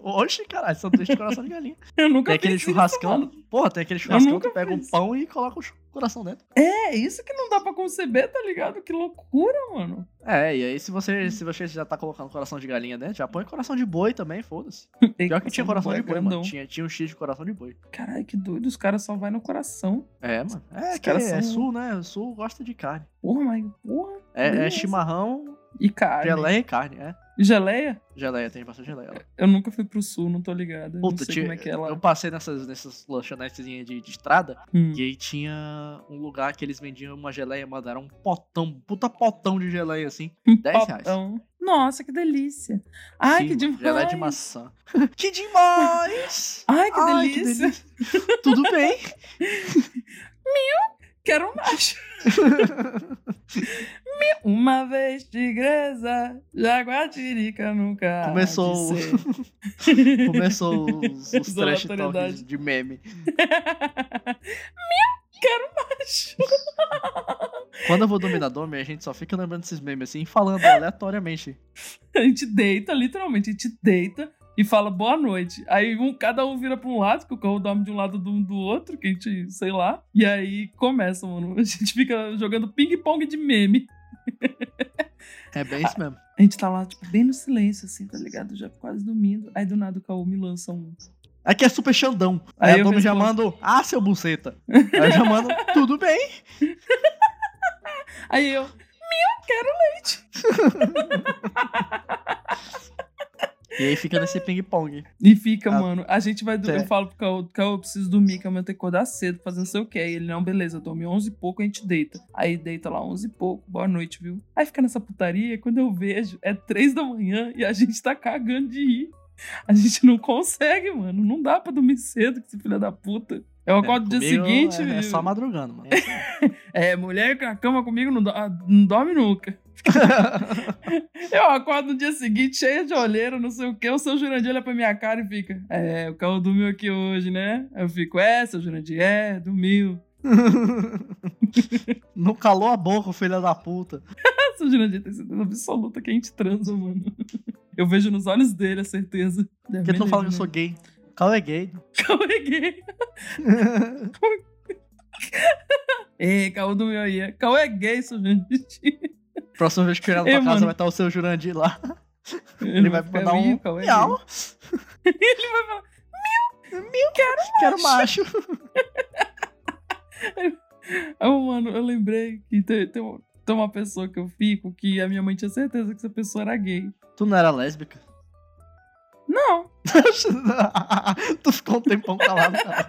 [SPEAKER 1] Oxe, caralho, sanduíche de coração de galinha.
[SPEAKER 2] Eu nunca
[SPEAKER 1] Tem É aquele
[SPEAKER 2] fiz isso,
[SPEAKER 1] churrascão.
[SPEAKER 2] mano.
[SPEAKER 1] Porra, tem aquele churrascão
[SPEAKER 2] nunca
[SPEAKER 1] que pega
[SPEAKER 2] fiz.
[SPEAKER 1] um pão e coloca o chu- coração dentro.
[SPEAKER 2] É isso que não dá pra conceber, tá ligado? Que loucura, mano. (laughs)
[SPEAKER 1] É, e aí se você, se você já tá colocando coração de galinha dentro, já põe coração de boi também, foda-se.
[SPEAKER 2] Tem
[SPEAKER 1] Pior que tinha coração de boi,
[SPEAKER 2] é grandão.
[SPEAKER 1] mano. Tinha, tinha um X de coração de boi.
[SPEAKER 2] Caralho, que doido. Os caras só vai no coração.
[SPEAKER 1] É, mano.
[SPEAKER 2] Os
[SPEAKER 1] É, que
[SPEAKER 2] caras
[SPEAKER 1] é
[SPEAKER 2] são-
[SPEAKER 1] sul, né? O sul gosta de carne.
[SPEAKER 2] Porra, mas porra.
[SPEAKER 1] É, é
[SPEAKER 2] Beleza.
[SPEAKER 1] chimarrão,
[SPEAKER 2] E carne.
[SPEAKER 1] geleia e carne, é.
[SPEAKER 2] Geleia?
[SPEAKER 1] Geleia, tem bastante geleia lá.
[SPEAKER 2] Eu nunca fui pro sul, não tô ligado. Eu não
[SPEAKER 1] Puta,
[SPEAKER 2] sei
[SPEAKER 1] tinha-
[SPEAKER 2] como é que é lá.
[SPEAKER 1] eu passei nessas, nessas lanchonetezinhas de, de estrada
[SPEAKER 2] Hum.
[SPEAKER 1] e aí tinha um lugar que eles vendiam uma geleia, mano, era um potão, um puta potão de geleia, assim, 10 reais.
[SPEAKER 2] Um Papão. Nossa, que delícia. Ai,
[SPEAKER 1] Sim,
[SPEAKER 2] que
[SPEAKER 1] mano,
[SPEAKER 2] demais.
[SPEAKER 1] Geleia de maçã. (laughs) que demais!
[SPEAKER 2] Ai, que
[SPEAKER 1] Ai, que
[SPEAKER 2] delícia.
[SPEAKER 1] delícia. (laughs) Tudo bem.
[SPEAKER 2] (laughs) Quero um
[SPEAKER 1] (laughs)
[SPEAKER 2] macho. Me- Uma vez tigresa, jaguatirica nunca. há de
[SPEAKER 1] Começou o-
[SPEAKER 2] ser.
[SPEAKER 1] Começou os, os
[SPEAKER 2] Usou
[SPEAKER 1] trash
[SPEAKER 2] autoridade.
[SPEAKER 1] talks de meme. (laughs)
[SPEAKER 2] Macho.
[SPEAKER 1] Quando eu vou dominar Dome, a gente só fica lembrando desses memes assim, falando aleatoriamente.
[SPEAKER 2] A gente deita, literalmente, a gente deita, e fala boa noite. Aí um, cada um vira pra um lado, que o carro dorme de um lado do, um do outro, que a gente, sei lá. E aí começa, mano. A gente fica jogando ping-pong de meme.
[SPEAKER 1] É bem isso mesmo.
[SPEAKER 2] A gente tá lá, tipo, bem no silêncio, assim, tá ligado? Já quase dormindo. Aí do nada o Caô me lança um.
[SPEAKER 1] Aqui é super Xandão.
[SPEAKER 2] Aí
[SPEAKER 1] Aí, a
[SPEAKER 2] eu
[SPEAKER 1] Domi já
[SPEAKER 2] respondo.
[SPEAKER 1] manda, ah, seu buceta. Aí eu já mando, tudo bem.
[SPEAKER 2] Aí eu,
[SPEAKER 1] E aí fica nesse ping-pong.
[SPEAKER 2] E fica,
[SPEAKER 1] Ah,
[SPEAKER 2] mano. A gente vai dormir.
[SPEAKER 1] é.
[SPEAKER 2] Eu falo pro Caô, Caô, eu preciso dormir, que amanhã eu tenho que acordar cedo, fazer não sei o que. Aí ele, não, beleza, dorme 11 e pouco, a gente deita. Aí deita lá 11 e pouco, boa noite, viu? Aí fica nessa putaria, quando eu vejo, é 3 da manhã e a gente tá cagando de rir. A gente não consegue, mano. Não dá pra dormir cedo com esse filho da puta. Eu acordo no dia
[SPEAKER 1] Comigo
[SPEAKER 2] seguinte.
[SPEAKER 1] É, é
[SPEAKER 2] viu?
[SPEAKER 1] só madrugando, mano.
[SPEAKER 2] É, mulher na cama comigo não, do- ah, não dorme nunca. (laughs) Eu acordo no dia seguinte cheia de olheira, não sei o quê. O seu Jurandir olha pra minha cara e fica: É, o carro dormiu aqui hoje, né? Eu fico: É, seu Jurandir, é, dormiu. (laughs)
[SPEAKER 1] Não calou a boca, filha da puta.
[SPEAKER 2] Ah, seu Jurandir tem certeza absoluta que a gente transa, mano. Eu vejo nos olhos dele a certeza.
[SPEAKER 1] Por que tu não fala que eu sou gay? Cal é gay. (laughs)
[SPEAKER 2] Cauê Ei, Caô dormiu aí. Caô é gay, seu Jurandir.
[SPEAKER 1] Próxima vez que eu chegar na
[SPEAKER 2] Ei,
[SPEAKER 1] tua casa
[SPEAKER 2] mano.
[SPEAKER 1] vai estar o seu Jurandir lá. Ele vai
[SPEAKER 2] ficar,
[SPEAKER 1] mandar um
[SPEAKER 2] "Ih, Cauê é
[SPEAKER 1] (laughs)
[SPEAKER 2] gay."
[SPEAKER 1] miau.
[SPEAKER 2] Ele vai falar:
[SPEAKER 1] (laughs) Quero macho.
[SPEAKER 2] Ah, mano, eu lembrei que tem, tem, um- tem uma pessoa que eu fico que a minha mãe tinha certeza que essa pessoa era gay.
[SPEAKER 1] Tu não era lésbica?
[SPEAKER 2] Não,
[SPEAKER 1] (laughs) tu ficou um tempão calado, cara.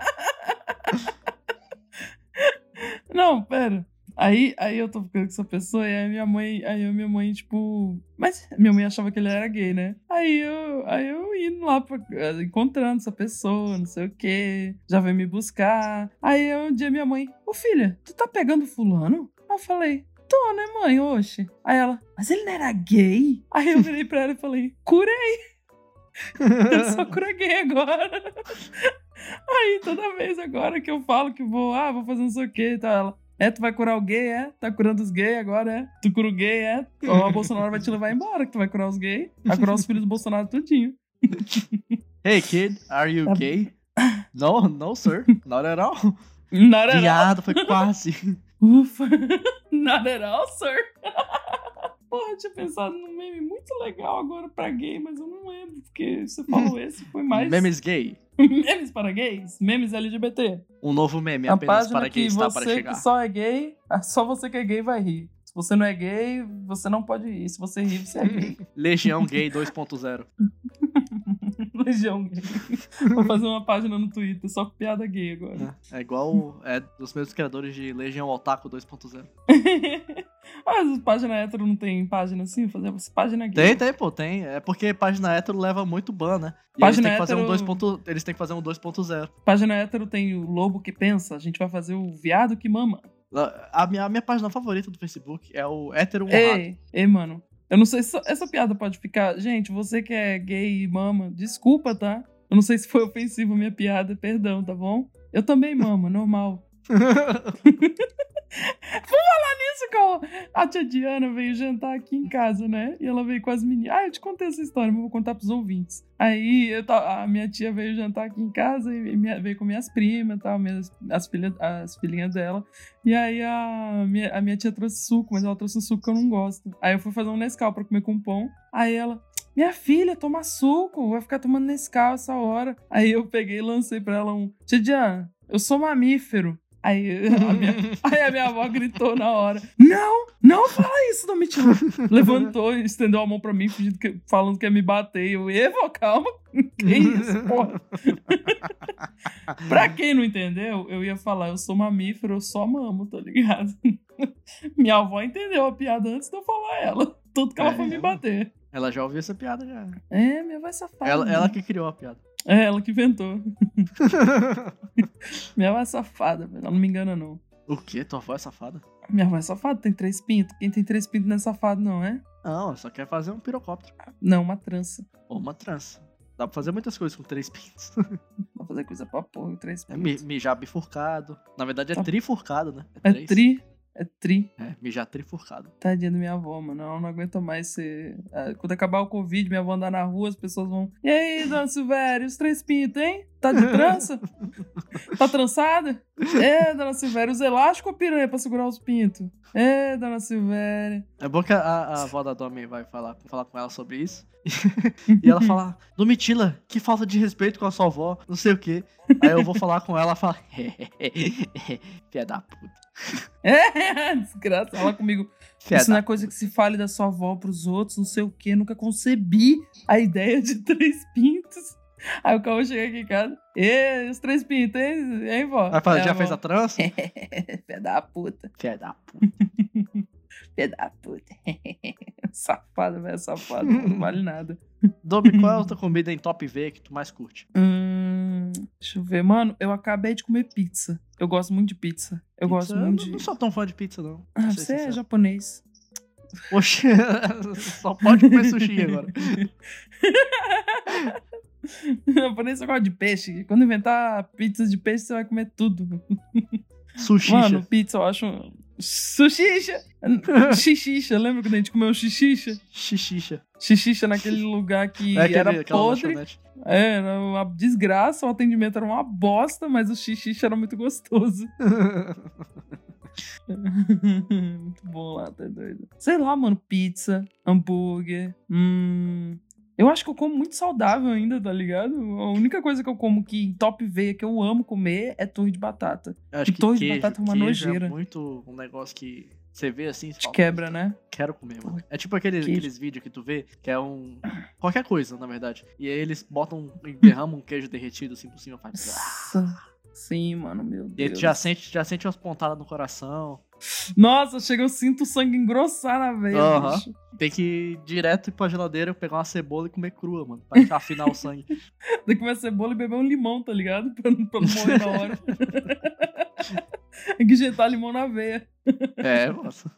[SPEAKER 2] não, pera. Aí, aí eu tô ficando com essa pessoa e aí minha mãe, aí a minha mãe, tipo. Mas minha mãe achava que ele era gay, né? Aí eu, aí eu indo lá, pra- encontrando essa pessoa, não sei o quê, já veio me buscar. Aí um dia minha mãe, ô filha, tu tá pegando fulano? Aí eu falei, tô, né, mãe, oxe. Aí ela, mas ele não era gay? Aí eu virei pra ela e falei, cura Eu só craguei agora. (laughs) Aí, toda vez agora que eu falo que vou, ah, vou fazer não sei o que, tá ela. É, tu vai curar o gay, é? Tá curando os gays agora, é? Tu cura o gay, é? Ou a Bolsonaro vai te levar embora, que tu vai curar os gays. Vai curar os filhos do Bolsonaro tudinho.
[SPEAKER 1] (laughs) Hey kid, are you
[SPEAKER 2] Tá-
[SPEAKER 1] gay? No, no sir, not at
[SPEAKER 2] (laughs)
[SPEAKER 1] all.
[SPEAKER 2] Not at all.
[SPEAKER 1] Viado, foi quase.
[SPEAKER 2] Ufa. (laughs) Not at all, sir. (laughs) Porra, eu tinha pensado num meme muito legal agora pra gay, mas eu não lembro, porque você falou esse, foi mais...
[SPEAKER 1] Memes gay.
[SPEAKER 2] memes para gays? Memes LGBT?
[SPEAKER 1] Um novo meme
[SPEAKER 2] É a
[SPEAKER 1] apenas
[SPEAKER 2] página
[SPEAKER 1] para
[SPEAKER 2] que
[SPEAKER 1] quem está
[SPEAKER 2] você
[SPEAKER 1] para chegar.
[SPEAKER 2] que só é gay, só você que é gay vai rir. Se você não é gay, você não pode rir. Se você
[SPEAKER 1] (laughs)
[SPEAKER 2] rir, você é gay.
[SPEAKER 1] Legião Gay 2.0.
[SPEAKER 2] um Legião gay. Vou fazer uma página no Twitter só com piada gay (laughs) agora.
[SPEAKER 1] né? É igual. É dos mesmos criadores de Legião Otaku 2.0.
[SPEAKER 2] Ah, Mas página hétero não tem página assim? Fazer página gay.
[SPEAKER 1] Tem, tem, pô, tem. É porque página hétero leva muito ban, né? E
[SPEAKER 2] Página
[SPEAKER 1] eles têm que fazer um
[SPEAKER 2] hétero-
[SPEAKER 1] 2. ponto- Eles têm que fazer um 2.0.
[SPEAKER 2] Página hétero tem o lobo que pensa. A gente vai fazer o viado que mama.
[SPEAKER 1] A minha, a minha página favorita do Facebook é o hétero honrado.
[SPEAKER 2] Ei, ei, É, mano. Eu não sei se essa piada pode ficar. Gente, você que é gay e mama, desculpa, tá? Eu não sei se foi ofensivo a minha piada, perdão, tá bom? Eu também mamo, (laughs) normal. Isso, Carl. A tia Diana veio jantar aqui em casa, né? E ela veio com as meninas. Ah, eu te contei essa história, mas vou contar pros ouvintes. Aí eu ta- a minha tia veio jantar aqui em casa e minha- veio com minhas primas e tal, minhas, as, filha, as filhinhas dela. E aí a minha, a minha tia trouxe suco, mas ela trouxe um suco que eu não gosto. Aí eu fui fazer um Nescau pra comer com pão. Aí ela. Minha filha, toma suco, vai ficar tomando Nescau essa hora. Aí eu peguei e lancei pra ela um. Tia Diana, eu sou mamífero. Aí a minha, Aí a minha avó gritou na hora: Não, não fala isso, Domitila. Levantou e estendeu a mão pra mim, fingindo que- falando que ia me bater. Eu, Evo, calma. (laughs) Que isso, porra. pra quem não entendeu, eu ia falar: Eu sou mamífero, eu só mamo, tá ligado? (laughs) minha avó entendeu a piada antes de eu falar ela. Tudo que ela foi me bater.
[SPEAKER 1] Ela já ouviu essa piada já.
[SPEAKER 2] É, minha avó é safada.
[SPEAKER 1] Ela, ela que criou a piada.
[SPEAKER 2] É, ela
[SPEAKER 1] (laughs)
[SPEAKER 2] que inventou. Minha avó é safada, velho. Ela não me engana, não.
[SPEAKER 1] o quê? Tua avó é safada?
[SPEAKER 2] Minha avó é safada, tem três pintos. Quem tem três pintos não é safado, não, é?
[SPEAKER 1] Não, ela só quer fazer um pirocóptero.
[SPEAKER 2] Não, uma trança.
[SPEAKER 1] Ou uma trança. Dá pra fazer muitas coisas com três pintos. (laughs)
[SPEAKER 2] Vou fazer coisa pra porra, três
[SPEAKER 1] É
[SPEAKER 2] pontos.
[SPEAKER 1] mi- mijar bifurcado. Na verdade é
[SPEAKER 2] Tá.
[SPEAKER 1] trifurcado, né?
[SPEAKER 2] É
[SPEAKER 1] três.
[SPEAKER 2] tri. É tri.
[SPEAKER 1] É, mijar trifurcado.
[SPEAKER 2] Tadinha da minha avó, mano. Ela não aguenta mais ser. ah, Quando acabar o Covid, minha avó andar na rua, as pessoas vão. E aí, dona Silvério, os três pintos, hein? Tá de trança? tá trançada? É, dona Silvério, os elásticos ou piranha pra segurar os pintos? É, dona Silvéria. (laughs)
[SPEAKER 1] É bom que a, a avó da Domi vai falar, falar com ela sobre isso. (laughs) E ela fala, Domitila, que falta de respeito com a sua avó, não sei o quê. Aí eu vou falar com ela, ela fala, (laughs) fia da puta,
[SPEAKER 2] É, desgraça. Fala comigo.
[SPEAKER 1] fia
[SPEAKER 2] Isso não é
[SPEAKER 1] da
[SPEAKER 2] coisa que se fale da sua avó pros outros, não sei o quê. Nunca concebi a ideia de (laughs) três pintos. Aí o Caô chega aqui em casa. Ê, os três pintos, hein, hein vó?
[SPEAKER 1] Vai falar,
[SPEAKER 2] É,
[SPEAKER 1] já
[SPEAKER 2] vó.
[SPEAKER 1] fez a trança?
[SPEAKER 2] (laughs) Pé "É, da puta,
[SPEAKER 1] Fia da puta.
[SPEAKER 2] pé da puta. (laughs) safado, velho, safado. Não vale nada.
[SPEAKER 1] Domi,
[SPEAKER 2] (laughs)
[SPEAKER 1] qual é a outra comida em top V que tu mais curte?
[SPEAKER 2] Hum, deixa eu ver. Mano, eu acabei de comer pizza. Eu gosto muito de pizza. Eu gosto
[SPEAKER 1] Pizza?
[SPEAKER 2] muito
[SPEAKER 1] não,
[SPEAKER 2] de.
[SPEAKER 1] não sou tão fã de pizza, não.
[SPEAKER 2] Ah,
[SPEAKER 1] Pra ser
[SPEAKER 2] você é
[SPEAKER 1] sincero.
[SPEAKER 2] japonês. (laughs)
[SPEAKER 1] Oxi, (laughs) só pode comer sushi agora.
[SPEAKER 2] japonês só gosta de peixe. Quando inventar pizza de peixe, você vai comer tudo.
[SPEAKER 1] Sushi.
[SPEAKER 2] Mano, pizza eu acho. (laughs) Sushicha! Xixixa, lembra quando a gente comeu xixixa?
[SPEAKER 1] Xixixa.
[SPEAKER 2] Xixixa naquele lugar que
[SPEAKER 1] É aquele,
[SPEAKER 2] era
[SPEAKER 1] aquela
[SPEAKER 2] podre.
[SPEAKER 1] lanchonete.
[SPEAKER 2] É, Era uma desgraça, o atendimento era uma bosta, mas o xixixa era
[SPEAKER 1] (laughs)
[SPEAKER 2] muito gostoso. (laughs) muito bom lá, tá doido. Sei lá, mano, pizza, hambúrguer. Hum. Eu acho que eu como muito saudável ainda, tá ligado? A única coisa que eu como que top veia que eu amo comer é torre de batata.
[SPEAKER 1] Eu acho
[SPEAKER 2] E
[SPEAKER 1] que
[SPEAKER 2] torre de
[SPEAKER 1] queijo,
[SPEAKER 2] batata é uma
[SPEAKER 1] queijo
[SPEAKER 2] nojeira.
[SPEAKER 1] é muito um negócio que você vê assim e
[SPEAKER 2] Te
[SPEAKER 1] fala,
[SPEAKER 2] quebra, né?
[SPEAKER 1] quero comer, mano. É tipo aqueles,
[SPEAKER 2] Queijo.
[SPEAKER 1] aqueles vídeos que tu vê, que é um... Qualquer coisa, na verdade. E aí eles botam, derramam um queijo derretido assim por cima e faz...
[SPEAKER 2] Nossa. Sim, mano, meu
[SPEAKER 1] E aí tu
[SPEAKER 2] Deus.
[SPEAKER 1] já sente, já sente umas pontadas no coração.
[SPEAKER 2] Nossa, chega, eu sinto o sangue engrossar na veia.
[SPEAKER 1] Aham.
[SPEAKER 2] bicho.
[SPEAKER 1] Tem que ir direto ir pra geladeira, pegar uma cebola e comer crua, mano. Pra afinar o
[SPEAKER 2] (laughs)
[SPEAKER 1] sangue.
[SPEAKER 2] Tem que comer cebola e beber um limão, tá ligado? (laughs) Pra, não- pra não morrer na hora. (laughs) Tem que injetar limão na veia.
[SPEAKER 1] É, nossa.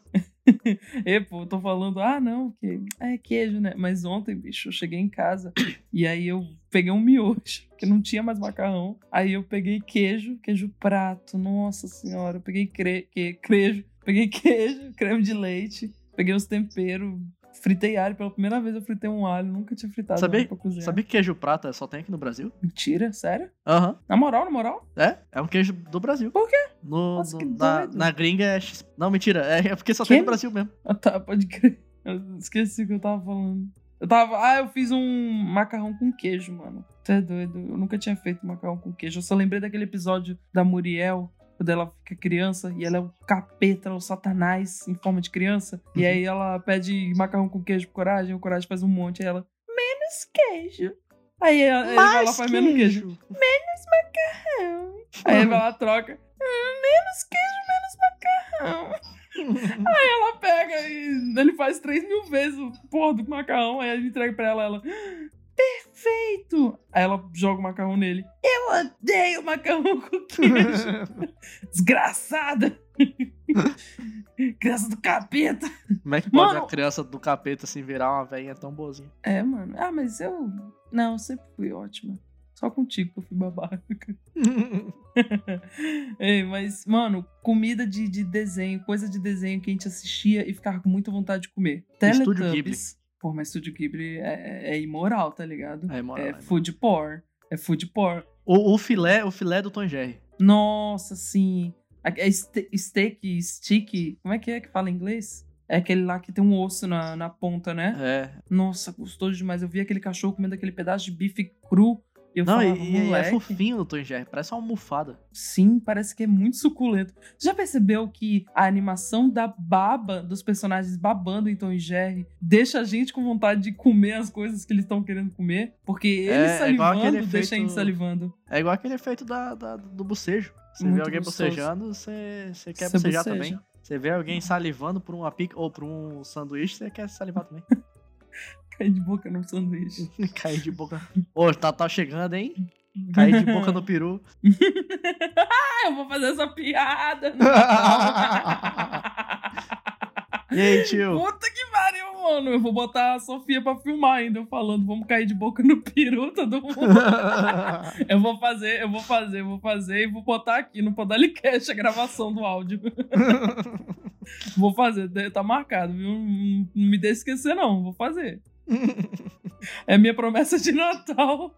[SPEAKER 2] E, pô, eu tô falando, ah, não, que é queijo, né? Mas ontem, bicho, eu cheguei em casa e aí eu peguei um miojo, que não tinha mais macarrão. Aí eu peguei queijo, queijo prato, nossa senhora. Eu peguei cre... que... queijo, peguei queijo, (laughs) creme de leite, peguei os temperos, fritei alho. Pela primeira vez eu fritei um alho, nunca tinha fritado
[SPEAKER 1] Sabia-
[SPEAKER 2] alho pra cozinhar.
[SPEAKER 1] Sabia que queijo prata só tem aqui no Brasil?
[SPEAKER 2] Mentira, sério?
[SPEAKER 1] Aham.
[SPEAKER 2] Na moral, na moral?
[SPEAKER 1] É, é um queijo do Brasil.
[SPEAKER 2] Por
[SPEAKER 1] quê? No,
[SPEAKER 2] Nossa,
[SPEAKER 1] no-
[SPEAKER 2] que
[SPEAKER 1] na,
[SPEAKER 2] doido.
[SPEAKER 1] na gringa é. X- Não, mentira. É, é porque só
[SPEAKER 2] Que?
[SPEAKER 1] tem no Brasil mesmo.
[SPEAKER 2] Ah, tá, pode crer. Eu esqueci o que eu tava falando. Eu tava. Ah, eu fiz um macarrão com queijo, mano. Tu é doido. Eu nunca tinha feito macarrão com queijo. Eu só lembrei daquele episódio da Muriel, quando ela fica criança e ela é o capeta, ela é o satanás em forma de criança. E aí ela pede macarrão com queijo pro coragem, o coragem faz um monte, aí ela. Menos queijo. Aí ela, ele vai lá e faz menos queijo. Aí ele vai lá, troca. "Ah, Menos queijo, menos macarrão.
[SPEAKER 1] (laughs)
[SPEAKER 2] Ela pega e ele faz três mil vezes o porra do macarrão, aí ele entrega pra ela, ela. Perfeito! Aí ela joga o macarrão nele. Eu odeio macarrão com (laughs) queijo! Desgraçada! (laughs) Criança do capeta!
[SPEAKER 1] Como é que pode
[SPEAKER 2] Mano.
[SPEAKER 1] a criança do capeta assim virar uma velhinha tão
[SPEAKER 2] (laughs)
[SPEAKER 1] boazinha?
[SPEAKER 2] É, mano. Ah, mas eu. Não, eu sempre fui ótima. Só contigo que eu fui babaca. (laughs) Ei, mas, mano, comida de, de desenho, coisa de desenho que a gente assistia e ficava com muita vontade de comer.
[SPEAKER 1] Estúdio
[SPEAKER 2] Teletubbies. Pô, mas Estúdio Ghibli é, é- é imoral, tá ligado?
[SPEAKER 1] É, moral,
[SPEAKER 2] É
[SPEAKER 1] né?
[SPEAKER 2] food porn. É food porn.
[SPEAKER 1] o, o filé, o filé do Tom e Jerry.
[SPEAKER 2] Nossa, sim. A- É ste- steak, stick. Como é que é que fala em inglês? É aquele lá que tem um osso na, na ponta, né?
[SPEAKER 1] É.
[SPEAKER 2] Nossa, gostoso demais. Eu vi aquele cachorro comendo aquele pedaço de bife cru. E eu
[SPEAKER 1] Não,
[SPEAKER 2] falava,
[SPEAKER 1] e, e é
[SPEAKER 2] moleque.
[SPEAKER 1] fofinho o Tom e Jerry, parece uma almofada.
[SPEAKER 2] Sim, parece que é muito suculento. Já percebeu que a animação da baba, dos personagens babando em Tom e Jerry, deixa a gente com vontade de comer as coisas que eles estão querendo comer? Porque eles
[SPEAKER 1] é igual
[SPEAKER 2] salivando
[SPEAKER 1] aquele
[SPEAKER 2] deixa a gente
[SPEAKER 1] efeito-
[SPEAKER 2] salivando.
[SPEAKER 1] É igual aquele efeito da, da- do bocejo. Você vê
[SPEAKER 2] Muito
[SPEAKER 1] alguém
[SPEAKER 2] gostoso.
[SPEAKER 1] bocejando, você, você quer
[SPEAKER 2] Você
[SPEAKER 1] bocejar
[SPEAKER 2] boceja.
[SPEAKER 1] também. Você vê alguém salivando por uma pica ou por um sanduíche, você quer salivar
[SPEAKER 2] (laughs)
[SPEAKER 1] também.
[SPEAKER 2] Cair de boca no sanduíche.
[SPEAKER 1] Cair de boca. Ô, tá, tá chegando, hein? Cair de boca no peru.
[SPEAKER 2] Ah, eu vou fazer essa piada! no Natal.
[SPEAKER 1] (laughs) E aí, tio?
[SPEAKER 2] Puta que pariu, mano! Eu vou botar a Sofia pra filmar ainda, eu falando, vamos cair de boca no peru, todo mundo.
[SPEAKER 1] (laughs)
[SPEAKER 2] Eu vou fazer, eu vou fazer, eu vou fazer e vou botar aqui no Podalicast a gravação do áudio. Vou fazer, tá marcado, viu? Não me deixe esquecer, não. Vou fazer. É minha promessa
[SPEAKER 1] (laughs)
[SPEAKER 2] de Natal.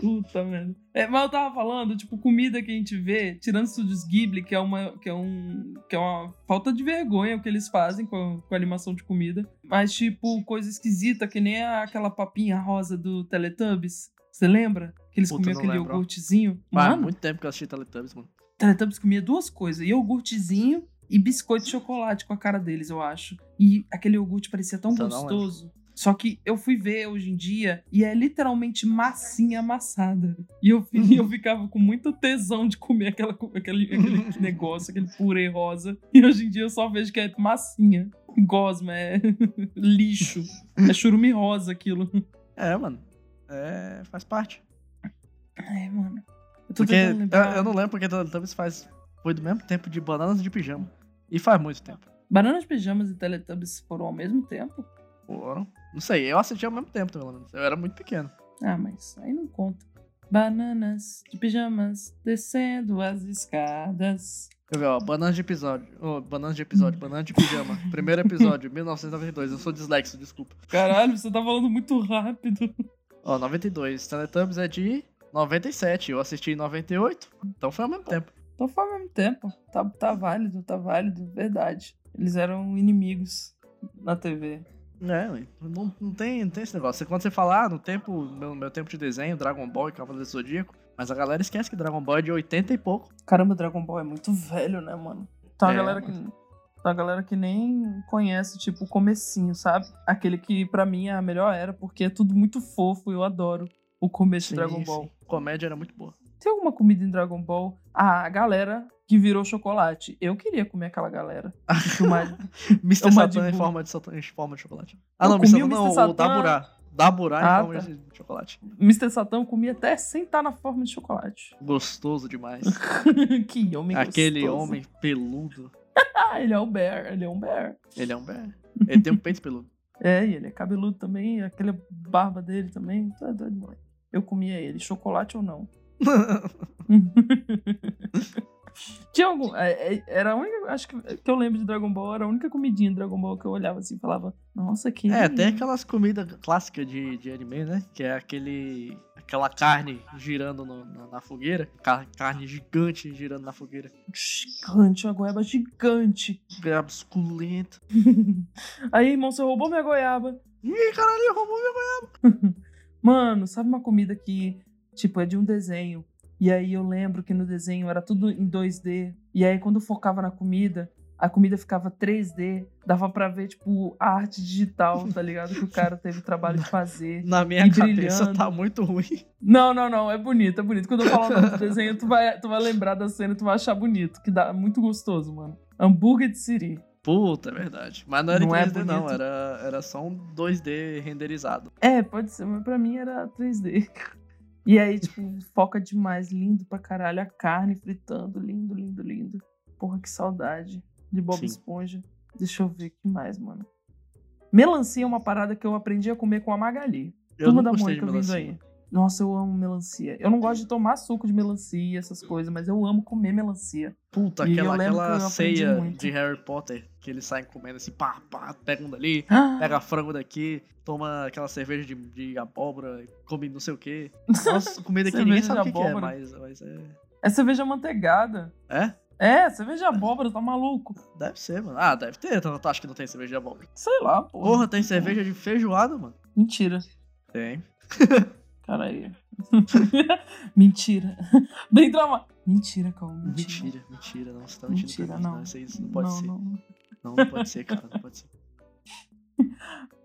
[SPEAKER 2] Puta merda. É, mas eu tava falando, tipo, comida que a gente vê, tirando estúdios Ghibli, que é uma, que é um, que é uma falta de vergonha o que eles fazem com a, com a animação de comida. Mas, tipo, coisa esquisita, que nem a- aquela papinha rosa do Teletubbies. Você lembra? Que eles
[SPEAKER 1] Puta,
[SPEAKER 2] comiam
[SPEAKER 1] não
[SPEAKER 2] aquele
[SPEAKER 1] lembro.
[SPEAKER 2] iogurtezinho.
[SPEAKER 1] Faz
[SPEAKER 2] Mano,
[SPEAKER 1] muito tempo que eu assisti Teletubbies, mano.
[SPEAKER 2] Teletubbies comia duas coisas: iogurtezinho e biscoito de chocolate com a cara deles, eu acho. E aquele iogurte parecia tão
[SPEAKER 1] Então não lembro.
[SPEAKER 2] gostoso. Só que eu fui ver hoje em dia e é literalmente massinha amassada. E eu, fi- (laughs) eu ficava com muito tesão de comer aquela, co- aquele,
[SPEAKER 1] (laughs)
[SPEAKER 2] aquele negócio, aquele purê rosa. E hoje em dia eu só vejo que é massinha. Gosma, é (laughs) lixo. É churume rosa aquilo.
[SPEAKER 1] É, mano. É, faz parte.
[SPEAKER 2] Ai, mano. Eu tô
[SPEAKER 1] Porque
[SPEAKER 2] tentando
[SPEAKER 1] eu,
[SPEAKER 2] lembrar.
[SPEAKER 1] eu não lembro porque Teletubbies faz. Foi do mesmo tempo de bananas de pijama. E faz muito tempo.
[SPEAKER 2] Banana de pijamas e Teletubbies foram ao mesmo tempo?
[SPEAKER 1] Foram. Não sei, eu assisti ao mesmo tempo, pelo menos. Eu era muito pequeno.
[SPEAKER 2] Ah, mas aí não conta. Bananas de pijamas descendo as escadas.
[SPEAKER 1] Quer ver, ó, bananas de episódio. Ô, bananas de episódio, bananas de pijama. Primeiro episódio, (laughs) 1992. Eu sou dislexo, desculpa.
[SPEAKER 2] Caralho, você tá falando muito rápido.
[SPEAKER 1] Ó, 92. Teletubbies é de 97. Eu assisti em 98. Então foi ao mesmo tempo.
[SPEAKER 2] Tô falando ao mesmo tempo. Tá, tá válido, tá válido, verdade. Eles eram inimigos na TV.
[SPEAKER 1] É, ué, não, não, tem, não tem esse negócio. Você- Quando você fala, ah, no tempo, meu, meu tempo de desenho, Dragon Ball e Cavaleiro do Zodíaco, mas a galera esquece que Dragon Ball é de 80 e pouco.
[SPEAKER 2] Caramba, Dragon Ball é muito velho, né, mano? Tá uma
[SPEAKER 1] É,
[SPEAKER 2] galera que. Tá uma galera que nem conhece, tipo, o comecinho, sabe? Aquele que pra mim é a melhor era, porque é tudo muito fofo e eu adoro o começo de Dragon Ball.
[SPEAKER 1] Comédia era muito boa. (laughs)
[SPEAKER 2] Tem alguma comida em Dragon Ball? Ah, a galera que virou chocolate. Eu queria comer aquela galera. Do Majin-
[SPEAKER 1] Mr.
[SPEAKER 2] É o
[SPEAKER 1] Satan
[SPEAKER 2] Majin
[SPEAKER 1] em
[SPEAKER 2] Buu.
[SPEAKER 1] forma, de satan- em forma de chocolate. Ah,
[SPEAKER 2] Eu
[SPEAKER 1] não, Mr.
[SPEAKER 2] comi o
[SPEAKER 1] Satan não,
[SPEAKER 2] Mr.
[SPEAKER 1] o Daburá. Daburá em
[SPEAKER 2] Ah,
[SPEAKER 1] forma
[SPEAKER 2] tá.
[SPEAKER 1] de chocolate.
[SPEAKER 2] Mr. Satan eu comia até sem estar na forma de chocolate. (laughs)
[SPEAKER 1] Gostoso (laughs) demais.
[SPEAKER 2] que homem
[SPEAKER 1] Aquele
[SPEAKER 2] gostoso.
[SPEAKER 1] homem peludo.
[SPEAKER 2] Ah, ele é o Bear, ele é um Bear.
[SPEAKER 1] Ele é um (laughs) bem. Ele tem um peito peludo.
[SPEAKER 2] É, e ele é cabeludo também, aquela barba dele também. Tu é doido, moleque. Eu comia ele, chocolate ou não. Tinha algum. é, é, Era a única. Acho que, que eu lembro de Dragon Ball, era a única comidinha de Dragon Ball que eu olhava assim e falava, nossa, que.
[SPEAKER 1] é, tem aquelas comidas clássicas de, de anime, né? Que é aquele. aquela carne girando no- na, na fogueira. Ca- carne gigante girando na fogueira.
[SPEAKER 2] Gigante, uma goiaba gigante.
[SPEAKER 1] Goiaba suculenta.
[SPEAKER 2] Aí, irmão, você roubou minha goiaba.
[SPEAKER 1] Ih, caralho, roubou meu.
[SPEAKER 2] Mano, sabe uma comida que, tipo, é de um desenho. E aí eu lembro que no desenho era tudo em 2D. E aí quando focava na comida, a comida ficava 3D. Dava pra ver, tipo, a arte digital, tá ligado? Que o cara teve trabalho de fazer.
[SPEAKER 1] Na minha
[SPEAKER 2] E
[SPEAKER 1] cabeça
[SPEAKER 2] brilhando.
[SPEAKER 1] tá muito ruim.
[SPEAKER 2] Não, não, não. É bonito, é bonito. Quando eu falar o nome do desenho, tu vai, tu vai lembrar da cena, tu vai achar bonito. Que dá é muito gostoso, mano. Hambúrguer de siri.
[SPEAKER 1] Puta, é verdade. Mas não era
[SPEAKER 2] Não é
[SPEAKER 1] em 3D, não.
[SPEAKER 2] bonito.
[SPEAKER 1] Era, era só um 2D renderizado.
[SPEAKER 2] É, pode ser, mas pra mim era 3D. E aí, tipo, foca demais, lindo pra caralho, a carne fritando, lindo, lindo, lindo. Porra, que saudade de Bob
[SPEAKER 1] Sim.
[SPEAKER 2] Esponja. Deixa eu ver o que mais, mano. Melancia é uma parada que eu aprendi a comer com a Magali.
[SPEAKER 1] Eu
[SPEAKER 2] Turma
[SPEAKER 1] não
[SPEAKER 2] da
[SPEAKER 1] gostei de
[SPEAKER 2] Mônica vindo
[SPEAKER 1] melancia.
[SPEAKER 2] aí. Nossa, eu amo melancia. Eu não gosto de tomar suco de melancia, essas coisas, mas eu amo comer melancia.
[SPEAKER 1] Puta,
[SPEAKER 2] E eu
[SPEAKER 1] aquela,
[SPEAKER 2] lembro que
[SPEAKER 1] aquela
[SPEAKER 2] eu aprendi
[SPEAKER 1] ceia
[SPEAKER 2] muito.
[SPEAKER 1] de Harry Potter que eles saem comendo assim, pá, pá, pegam dali,
[SPEAKER 2] Ah,
[SPEAKER 1] pega frango daqui, toma aquela cerveja de, de abóbora, come não sei o
[SPEAKER 2] (laughs)
[SPEAKER 1] que. Nossa, comida que ninguém
[SPEAKER 2] Cerveja
[SPEAKER 1] sabe o que,
[SPEAKER 2] de
[SPEAKER 1] que é,
[SPEAKER 2] abóbora.
[SPEAKER 1] mas, mas é.
[SPEAKER 2] é cerveja manteigada.
[SPEAKER 1] É?
[SPEAKER 2] É, cerveja abóbora, tá maluco?
[SPEAKER 1] Deve ser, mano. Ah, deve ter. Tu tu acha que não tem cerveja de abóbora?
[SPEAKER 2] Sei lá, porra.
[SPEAKER 1] Porra, tem cerveja de feijoada, mano.
[SPEAKER 2] Mentira.
[SPEAKER 1] Tem.
[SPEAKER 2] Cara aí. (laughs) mentira. Bem drama. Mentira, Calma. Mentira.
[SPEAKER 1] Mentira, mentira, não. Você tá mentindo pra
[SPEAKER 2] Mentira,
[SPEAKER 1] mim,
[SPEAKER 2] não.
[SPEAKER 1] Isso, aí- isso não pode
[SPEAKER 2] não,
[SPEAKER 1] ser. Não.
[SPEAKER 2] não.
[SPEAKER 1] não, pode ser, cara. Não
[SPEAKER 2] (laughs)
[SPEAKER 1] pode ser.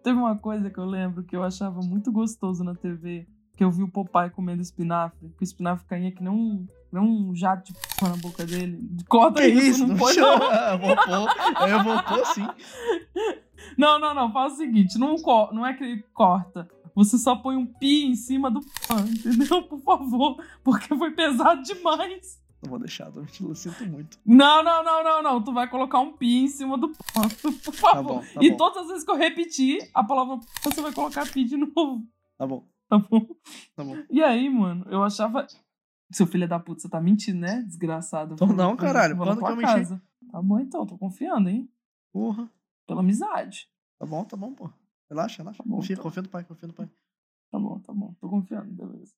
[SPEAKER 2] Teve uma coisa que eu lembro que eu achava muito gostoso na TV, que eu vi o Popeye comendo espinafre, que o espinafre caía que nem um, que nem um jato de p na boca dele. Corta
[SPEAKER 1] Que isso? (laughs)
[SPEAKER 2] não
[SPEAKER 1] Não
[SPEAKER 2] foi não.
[SPEAKER 1] chama. Eu vou pôr. Eu vou pôr sim.
[SPEAKER 2] Não, não, não, faz o seguinte, não, co- não é que ele corta. Você só põe um pi em cima do pan, entendeu? Por favor, porque foi pesado demais.
[SPEAKER 1] Não vou deixar, tô mentindo, eu sinto muito.
[SPEAKER 2] Não, não, não, não, não. Tu vai colocar um pi em cima do pó, por favor.
[SPEAKER 1] bom, tá
[SPEAKER 2] e
[SPEAKER 1] bom.
[SPEAKER 2] todas as vezes que eu repetir a palavra pó, você vai colocar pi de novo,
[SPEAKER 1] Tá bom,
[SPEAKER 2] tá bom?
[SPEAKER 1] tá bom.
[SPEAKER 2] E aí, mano, eu achava Seu filho da puta, você tá mentindo, né? Desgraçado.
[SPEAKER 1] Tô não, caralho.
[SPEAKER 2] Vou lá
[SPEAKER 1] Quando que
[SPEAKER 2] pra
[SPEAKER 1] eu menti?
[SPEAKER 2] casa. Tá bom então, tô confiando, hein?
[SPEAKER 1] Porra.
[SPEAKER 2] Pela amizade.
[SPEAKER 1] Tá bom, tá bom, pô. Relaxa, relaxa.
[SPEAKER 2] Tá bom,
[SPEAKER 1] confia,
[SPEAKER 2] tá.
[SPEAKER 1] confia no pai, confia no pai.
[SPEAKER 2] Tá bom, tá bom. Tô confiando, beleza.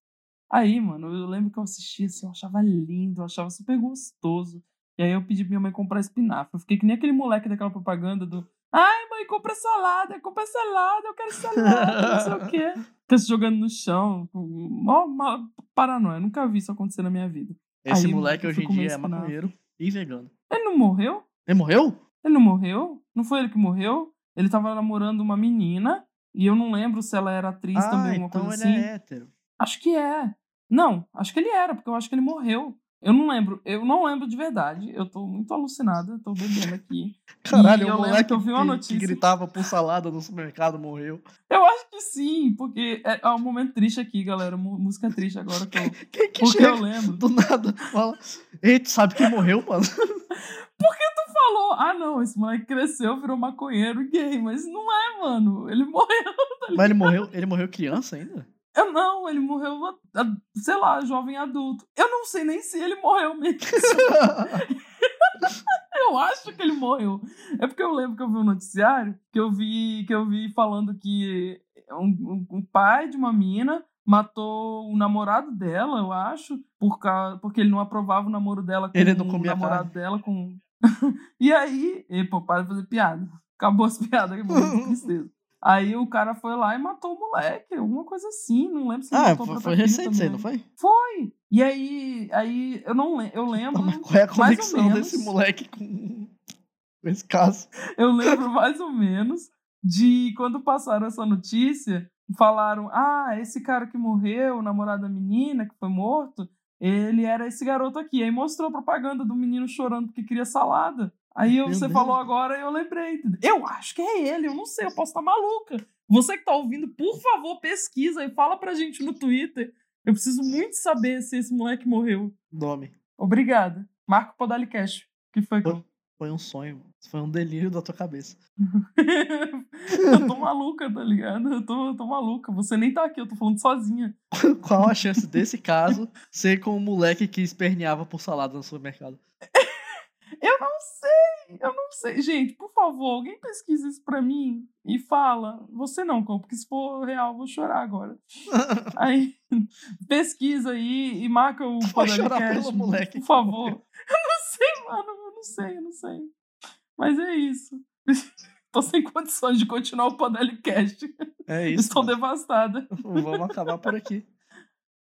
[SPEAKER 2] Aí, mano, eu lembro que eu assisti assim, eu achava lindo, eu achava super gostoso. E aí eu pedi pra minha mãe comprar espinafre. Eu fiquei que nem aquele moleque daquela propaganda do Ai, mãe, compra salada, compra salada, eu quero salada, não sei o
[SPEAKER 1] (laughs)
[SPEAKER 2] quê. Fica se jogando no chão. Mó, mó paranoia. Nunca vi isso acontecer na minha vida.
[SPEAKER 1] Esse
[SPEAKER 2] Aí,
[SPEAKER 1] moleque
[SPEAKER 2] eu
[SPEAKER 1] hoje em
[SPEAKER 2] fui comer
[SPEAKER 1] dia é
[SPEAKER 2] espinafre.
[SPEAKER 1] maconheiro e vegano.
[SPEAKER 2] Ele não morreu?
[SPEAKER 1] Ele morreu?
[SPEAKER 2] Ele não morreu? Não foi ele que morreu? Ele tava namorando uma menina e eu não lembro se ela era atriz também,
[SPEAKER 1] ah,
[SPEAKER 2] alguma
[SPEAKER 1] então
[SPEAKER 2] coisa
[SPEAKER 1] ele
[SPEAKER 2] assim.
[SPEAKER 1] é hétero.
[SPEAKER 2] Acho que é. Não, acho que ele era, porque eu acho que ele morreu. Eu não lembro, eu não lembro de verdade. Eu tô muito alucinada, tô bebendo aqui.
[SPEAKER 1] Caralho,
[SPEAKER 2] eu
[SPEAKER 1] o
[SPEAKER 2] lembro
[SPEAKER 1] moleque
[SPEAKER 2] que eu vi uma
[SPEAKER 1] que-
[SPEAKER 2] notícia.
[SPEAKER 1] que gritava por salada no supermercado morreu.
[SPEAKER 2] Eu acho que sim, porque é, é um momento triste aqui, galera. Mu- Música triste agora que eu,
[SPEAKER 1] Quem que
[SPEAKER 2] porque
[SPEAKER 1] chega
[SPEAKER 2] eu
[SPEAKER 1] (laughs)
[SPEAKER 2] lembro.
[SPEAKER 1] do nada fala... Ei, tu sabe que morreu, mano? (laughs)
[SPEAKER 2] Falou, ah não, esse moleque cresceu, virou maconheiro e gay, mas não é, mano. Ele morreu.
[SPEAKER 1] Mas ele morreu, ele morreu criança
[SPEAKER 2] (laughs)
[SPEAKER 1] ainda?
[SPEAKER 2] Eu não, ele morreu, a- a- sei lá, jovem adulto. Eu não sei nem se ele morreu mesmo. (laughs) Eu acho que ele morreu. É porque eu lembro que eu vi um noticiário que eu vi, que eu vi falando que um, um- um pai de uma mina matou o namorado dela, eu acho, por causa, porque ele não aprovava o namoro dela com
[SPEAKER 1] Ele não
[SPEAKER 2] o
[SPEAKER 1] comia
[SPEAKER 2] namorado dela com. (laughs) e aí, e, pô, para de fazer piada. Acabou as (laughs) piadas, acabou de tristeza. Aí o cara foi lá e matou o moleque, alguma coisa assim, não lembro se ele
[SPEAKER 1] ah,
[SPEAKER 2] matou
[SPEAKER 1] foi,
[SPEAKER 2] a própria
[SPEAKER 1] foi
[SPEAKER 2] filha
[SPEAKER 1] recente isso aí,
[SPEAKER 2] também.
[SPEAKER 1] não foi?
[SPEAKER 2] Foi! E aí, aí eu não lembro, eu
[SPEAKER 1] Não,
[SPEAKER 2] lembro
[SPEAKER 1] mas qual é a
[SPEAKER 2] mais ou
[SPEAKER 1] conexão
[SPEAKER 2] menos.
[SPEAKER 1] desse moleque com com esse caso?
[SPEAKER 2] Eu lembro mais ou menos de quando passaram essa notícia, falaram: ah, esse cara que morreu, o namorado da menina que foi morto, ele era esse garoto aqui. Aí mostrou a propaganda do menino chorando porque queria salada. Aí eu-
[SPEAKER 1] Meu
[SPEAKER 2] você
[SPEAKER 1] Deus.
[SPEAKER 2] falou agora e eu lembrei. entendeu? Eu acho que é ele, eu não sei, eu posso estar maluca. Você que tá ouvindo, por favor, pesquisa e fala pra gente no Twitter. Eu preciso muito saber se esse moleque morreu.
[SPEAKER 1] Nome.
[SPEAKER 2] Obrigada. Marco Podalicast. Que foi que eu
[SPEAKER 1] Foi um sonho. Foi um delírio da tua cabeça.
[SPEAKER 2] (laughs) eu tô maluca, tá ligado? Eu tô, eu tô maluca. Você nem tá aqui, eu tô falando sozinha.
[SPEAKER 1] Qual a chance desse
[SPEAKER 2] (laughs)
[SPEAKER 1] caso ser com um moleque que esperneava por salada no supermercado?
[SPEAKER 2] Eu não sei, eu não sei. Gente, por favor, alguém pesquisa isso pra mim e fala. Você não, Cão, porque se for real, eu vou
[SPEAKER 1] (laughs)
[SPEAKER 2] chorar agora. Aí, pesquisa aí e marca o
[SPEAKER 1] Vai chorar
[SPEAKER 2] Podalicast,
[SPEAKER 1] pelo moleque.
[SPEAKER 2] Por favor. (laughs) Eu não sei, mano, eu não sei, eu não sei. Mas é isso. (laughs) Tô sem condições de continuar o Podalicast.
[SPEAKER 1] É isso.
[SPEAKER 2] Estou
[SPEAKER 1] mano.
[SPEAKER 2] devastada.
[SPEAKER 1] Vamos acabar por aqui.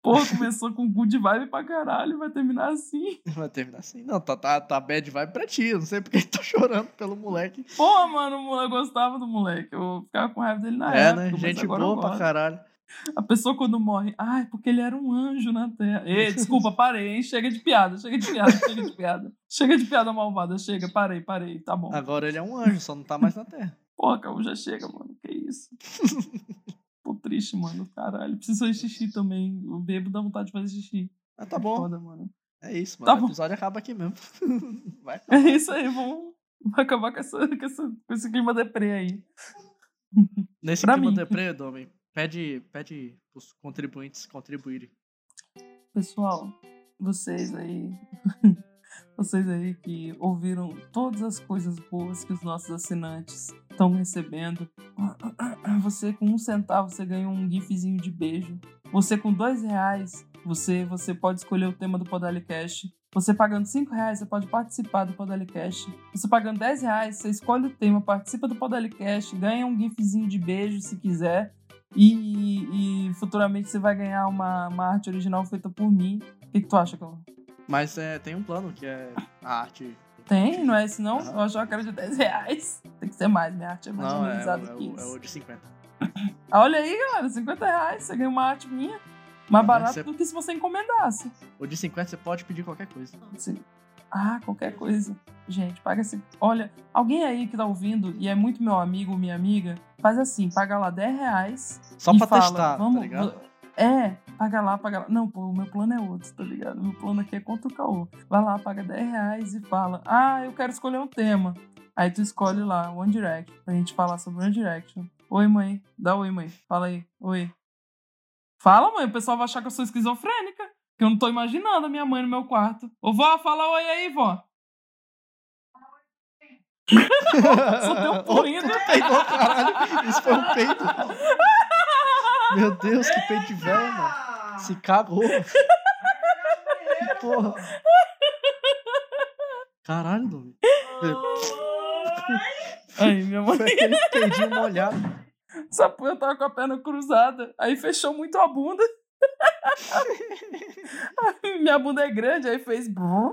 [SPEAKER 2] Porra, começou com good vibe pra caralho, vai terminar assim.
[SPEAKER 1] Vai terminar assim. Não, tá, tá, tá bad vibe pra ti. Eu não sei porque tu tá (laughs) chorando pelo moleque.
[SPEAKER 2] Porra, mano, o moleque- eu gostava do moleque. Eu ficava com raiva dele na
[SPEAKER 1] é,
[SPEAKER 2] época.
[SPEAKER 1] né?
[SPEAKER 2] mas
[SPEAKER 1] Gente
[SPEAKER 2] agora eu
[SPEAKER 1] boa pra
[SPEAKER 2] gosto.
[SPEAKER 1] caralho.
[SPEAKER 2] A pessoa quando morre, ai, porque ele era um anjo na terra.
[SPEAKER 1] (laughs)
[SPEAKER 2] Ei, desculpa, parei, hein? Chega de piada, chega de piada, chega de piada. Chega de piada malvada, chega, parei, parei, tá bom.
[SPEAKER 1] Agora ele é um anjo, só não tá mais na Terra.
[SPEAKER 2] Porra, Caô, já chega, mano,
[SPEAKER 1] (laughs)
[SPEAKER 2] que isso. Tô triste, mano, caralho. Preciso fazer xixi também. O bebo dá vontade de fazer xixi.
[SPEAKER 1] Ah, tá
[SPEAKER 2] É
[SPEAKER 1] bom.
[SPEAKER 2] Foda, mano. (laughs)
[SPEAKER 1] É isso,
[SPEAKER 2] Tá
[SPEAKER 1] mano.
[SPEAKER 2] bom.
[SPEAKER 1] o episódio acaba aqui mesmo. (laughs) Vai.
[SPEAKER 2] É isso aí, vamos acabar com, essa, com, essa, com esse clima deprê aí.
[SPEAKER 1] Nesse
[SPEAKER 2] Pra
[SPEAKER 1] clima
[SPEAKER 2] mim.
[SPEAKER 1] deprê, Domi, pede, pede os contribuintes contribuírem.
[SPEAKER 2] Pessoal, vocês aí, (laughs) vocês aí que ouviram todas as coisas boas que os nossos assinantes estão recebendo. (clears throat) Você com um centavo você ganha um gifzinho de beijo. Você com dois reais você você pode escolher o tema do Podalicast. Você pagando cinco reais você pode participar do Podalicast. Você pagando dez reais você escolhe o tema, participa do Podalicast, ganha um gifzinho de beijo se quiser. E, e futuramente você vai ganhar uma, uma arte original feita por mim. O que, que tu acha, Calma?
[SPEAKER 1] Mas é, tem um plano que é a arte.
[SPEAKER 2] Tem? Não é esse não?
[SPEAKER 1] Aham.
[SPEAKER 2] Eu achava que era de 10 reais. Tem que ser mais, minha arte é mais
[SPEAKER 1] Não, é, o-
[SPEAKER 2] organizada
[SPEAKER 1] é,
[SPEAKER 2] que
[SPEAKER 1] o, é
[SPEAKER 2] isso.
[SPEAKER 1] o de 50.
[SPEAKER 2] Ah, Olha aí, galera, 50 reais, você ganha uma arte minha. Mais
[SPEAKER 1] Mas
[SPEAKER 2] barato
[SPEAKER 1] você-
[SPEAKER 2] do que se você encomendasse.
[SPEAKER 1] O de 50 você pode pedir qualquer coisa.
[SPEAKER 2] Assim, ah, qualquer coisa. Gente, paga esse. Olha, alguém aí que tá ouvindo e é muito meu amigo ou minha amiga, faz assim, paga lá 10 reais
[SPEAKER 1] Só
[SPEAKER 2] e
[SPEAKER 1] pra
[SPEAKER 2] fala,
[SPEAKER 1] testar,
[SPEAKER 2] vamos,
[SPEAKER 1] tá ligado? (laughs)
[SPEAKER 2] va- É, paga lá, paga lá. Não, pô, o meu plano é outro, tá ligado? Meu plano aqui é contra o caô. Vai lá, paga 10 reais e fala, ah, eu quero escolher um tema. Aí tu escolhe lá, One Direction, pra gente falar sobre One Direction. Oi, mãe. Dá oi, mãe. Fala aí. Oi. Fala, mãe. O pessoal vai achar que eu sou esquizofrênica. Que eu não tô imaginando a minha mãe no meu quarto. Ô, vó, fala oi aí, vó. Só
[SPEAKER 1] (laughs)
[SPEAKER 2] deu um
[SPEAKER 1] Outro
[SPEAKER 2] pulinho.
[SPEAKER 1] peidou, Tá caralho. Isso foi um peido. Meu Deus, que peito de velho, mano. Se cagou. Porra. Caralho, Domingo.
[SPEAKER 2] Aí, minha mãe.
[SPEAKER 1] Foi aquele peidinho molhado.
[SPEAKER 2] Essa porra eu tava com a perna cruzada. Aí fechou muito a bunda. (laughs) Aí minha bunda é grande, aí fez. brum.